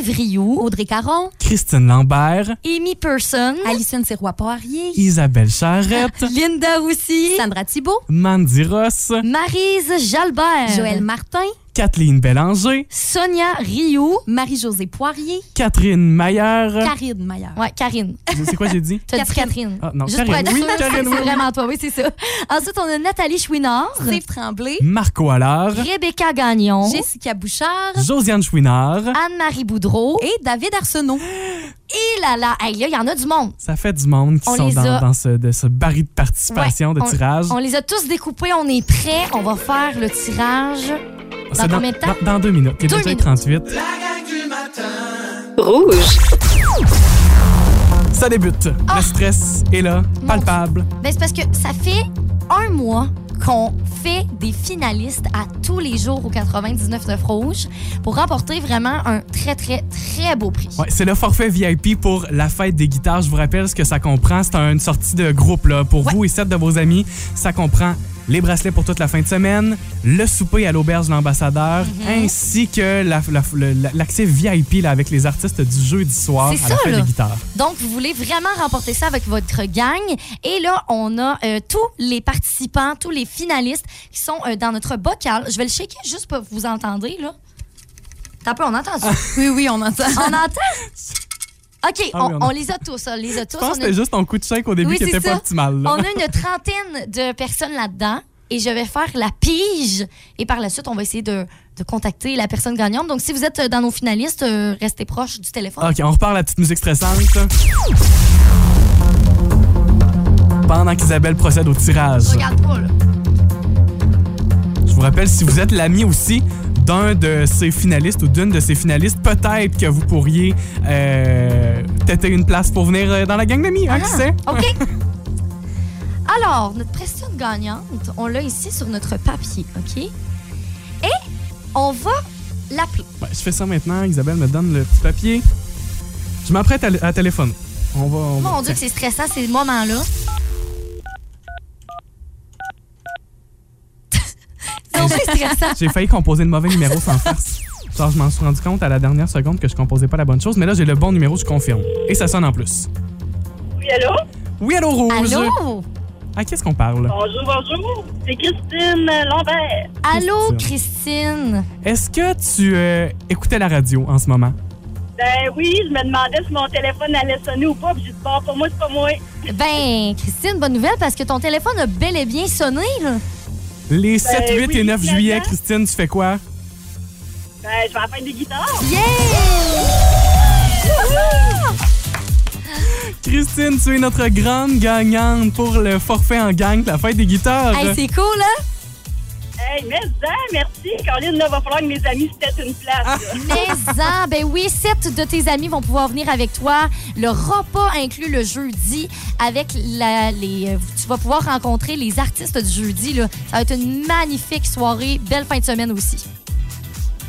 Speaker 3: Yves Rioux,
Speaker 9: Audrey Caron,
Speaker 4: Christine Lambert,
Speaker 3: Amy Person,
Speaker 9: Alison Sirois-Poirier,
Speaker 4: Isabelle Charrette,
Speaker 3: Linda aussi,
Speaker 9: Sandra Thibault,
Speaker 4: Mandy Ross,
Speaker 3: Marise Jalbert,
Speaker 9: Joël Martin,
Speaker 4: Kathleen Bélanger,
Speaker 3: Sonia Rioux,
Speaker 9: Marie-Josée Poirier,
Speaker 4: Catherine Maillard.
Speaker 9: Karine Maillard.
Speaker 3: ouais, Karine.
Speaker 4: C'est quoi j'ai dit?
Speaker 3: T'as dit Catherine.
Speaker 4: Ah, non,
Speaker 3: Juste pour
Speaker 4: Karine.
Speaker 3: être
Speaker 4: Oui,
Speaker 3: sûre,
Speaker 4: Karine,
Speaker 3: c'est
Speaker 4: oui, oui.
Speaker 3: vraiment toi, oui, c'est ça. Ensuite, on a Nathalie Chouinard,
Speaker 9: Steve Tremblay,
Speaker 4: Marco Allard,
Speaker 3: Rebecca Gagnon,
Speaker 9: Jessica Bouchard
Speaker 4: Josiane Chouinard.
Speaker 3: Anne-Marie Boudreau.
Speaker 9: et David Arsenault.
Speaker 3: Et là là, hey, là, il y en a du monde.
Speaker 4: Ça fait du monde qui
Speaker 3: On
Speaker 4: sont
Speaker 3: les
Speaker 4: dans,
Speaker 3: a.
Speaker 4: dans ce, de ce baril de participation,
Speaker 3: Ouais,
Speaker 4: de tirage.
Speaker 3: On les a tous découpés, on est prêts, on va faire le tirage.
Speaker 4: C'est
Speaker 3: dans combien de temps?
Speaker 4: Dans, dans deux minutes. Il est
Speaker 3: Deux
Speaker 4: déjà
Speaker 3: minutes.
Speaker 4: 38.
Speaker 1: Rouge.
Speaker 4: Ça débute.
Speaker 3: Ah.
Speaker 4: Le stress est là, palpable.
Speaker 3: Ben, c'est parce que ça fait un mois qu'on fait des finalistes à tous les jours au 99 Rouge pour remporter vraiment un très, très, très beau prix.
Speaker 4: Ouais, c'est le forfait VIP pour la fête des guitares. Je vous rappelle ce que ça comprend. C'est une sortie de groupe là, pour vous et sept de vos amis. Ça comprend les bracelets pour toute la fin de semaine, le souper à l'auberge de l'ambassadeur,
Speaker 3: Mhm.
Speaker 4: ainsi que la- la- le- la- l'accès VIP là, avec les artistes du jeudi soir à
Speaker 3: C'est
Speaker 4: la
Speaker 3: ça,
Speaker 4: fête
Speaker 3: là.
Speaker 4: des guitares.
Speaker 3: Donc, vous voulez vraiment remporter ça avec votre gang. Et là, on a euh, tous les participants, tous les finalistes qui sont euh, dans notre bocal. Je vais le shaker juste pour que vous entendez, là. T'as peu, on entend ça.
Speaker 9: Ah. Oui, oui, on entend.
Speaker 3: on entend? OK,
Speaker 4: Ah oui,
Speaker 3: on,
Speaker 4: on a-
Speaker 3: on les a tous, on les a tous.
Speaker 4: Je pense que
Speaker 3: on, a,
Speaker 4: c'était juste ton coup de chèque au début
Speaker 3: Oui,
Speaker 4: qui
Speaker 3: c'est
Speaker 4: était pas
Speaker 3: ça.
Speaker 4: optimal. là.
Speaker 3: on a une trentaine de personnes là-dedans. Et je vais faire la pige. Et par la suite, on va essayer de, de contacter la personne gagnante. Donc, si vous êtes euh, dans nos finalistes, euh, restez proche du téléphone.
Speaker 4: OK, on repart la petite musique stressante. Pendant qu'Isabelle procède au tirage.
Speaker 3: Regarde pas, là.
Speaker 4: Je vous rappelle, si vous êtes l'ami aussi d'un de ces finalistes ou d'une de ces finalistes, peut-être que vous pourriez euh, têter une place pour venir euh, dans la gang d'amis, hein, qui sait?
Speaker 3: Ah, OK. Alors, notre pression gagnante, on l'a ici sur notre papier, OK? Et on va l'appeler.
Speaker 4: Ouais, Ben, je fais ça maintenant, Isabelle me donne le petit papier. Je m'apprête à, à téléphoner. On va... on va-
Speaker 3: Mon Dieu, que c'est stressant ces moments-là. c'est donc bien stressant.
Speaker 4: J'ai failli composer le mauvais numéro sans farce. Genre, je m'en suis rendu compte à la dernière seconde que je composais pas la bonne chose, mais là, j'ai le bon numéro, je confirme. Et ça sonne en plus.
Speaker 8: Oui, allô?
Speaker 4: Oui, allô, Rouge!
Speaker 3: Allô?
Speaker 4: À qui est-ce qu'on parle?
Speaker 8: Bonjour, bonjour. C'est Christine Lambert.
Speaker 3: Allô, Christine?
Speaker 4: Est-ce que tu euh, écoutais la radio en ce moment?
Speaker 8: Ben oui, je me demandais si mon téléphone allait sonner ou pas, puis j'ai dit, bon, pour moi, c'est pas moi.
Speaker 3: Ben, Christine, bonne nouvelle parce que ton téléphone a bel et bien sonné, là. Ben
Speaker 4: Les 7, 8 et
Speaker 8: oui,
Speaker 4: 9 juillet,
Speaker 8: finalement.
Speaker 4: Christine, tu fais quoi?
Speaker 8: Ben, je vais apprendre des guitares.
Speaker 3: Yeah!
Speaker 4: Christine, tu es notre grande gagnante pour le forfait en gang, de la fête des guitares.
Speaker 3: Hey, c'est cool, hein?
Speaker 8: Hey, mais ça, merci. Colin, là, va falloir que mes amis se têtent une place. là.
Speaker 3: Mais ah, ben oui, sept de tes amis vont pouvoir venir avec toi. Le repas inclus le jeudi avec la, les. euh, Tu vas pouvoir rencontrer les artistes du jeudi. Là. Ça va être une magnifique soirée, belle fin de semaine aussi.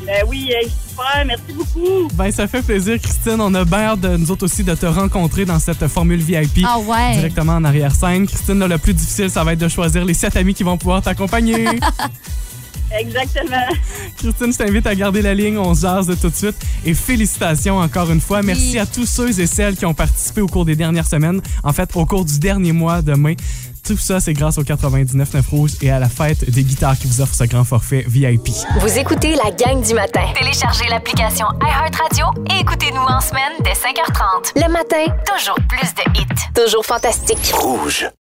Speaker 8: Ben oui, hey, super, merci beaucoup.
Speaker 4: Ben, ça fait plaisir, Christine. On a bien hâte, de, nous autres aussi, de te rencontrer dans cette formule VIP.
Speaker 3: Ah ouais.
Speaker 4: Directement en arrière-scène. Christine, là, le plus difficile, ça va être de choisir les 7 amis qui vont pouvoir t'accompagner.
Speaker 8: Exactement.
Speaker 4: Christine, je t'invite à garder la ligne. On se jase de tout de suite. Et félicitations encore une fois. Merci
Speaker 3: Oui.
Speaker 4: à tous ceux et celles qui ont participé au cours des dernières semaines. En fait, au cours du dernier mois de mai. Tout ça, c'est grâce au 99 9 Rouge et à la fête des guitares qui vous offre ce grand forfait VIP.
Speaker 1: Vous écoutez la gang du matin. Téléchargez l'application iHeartRadio et écoutez-nous en semaine dès 5h30. Le matin, toujours plus de hits. Toujours fantastique.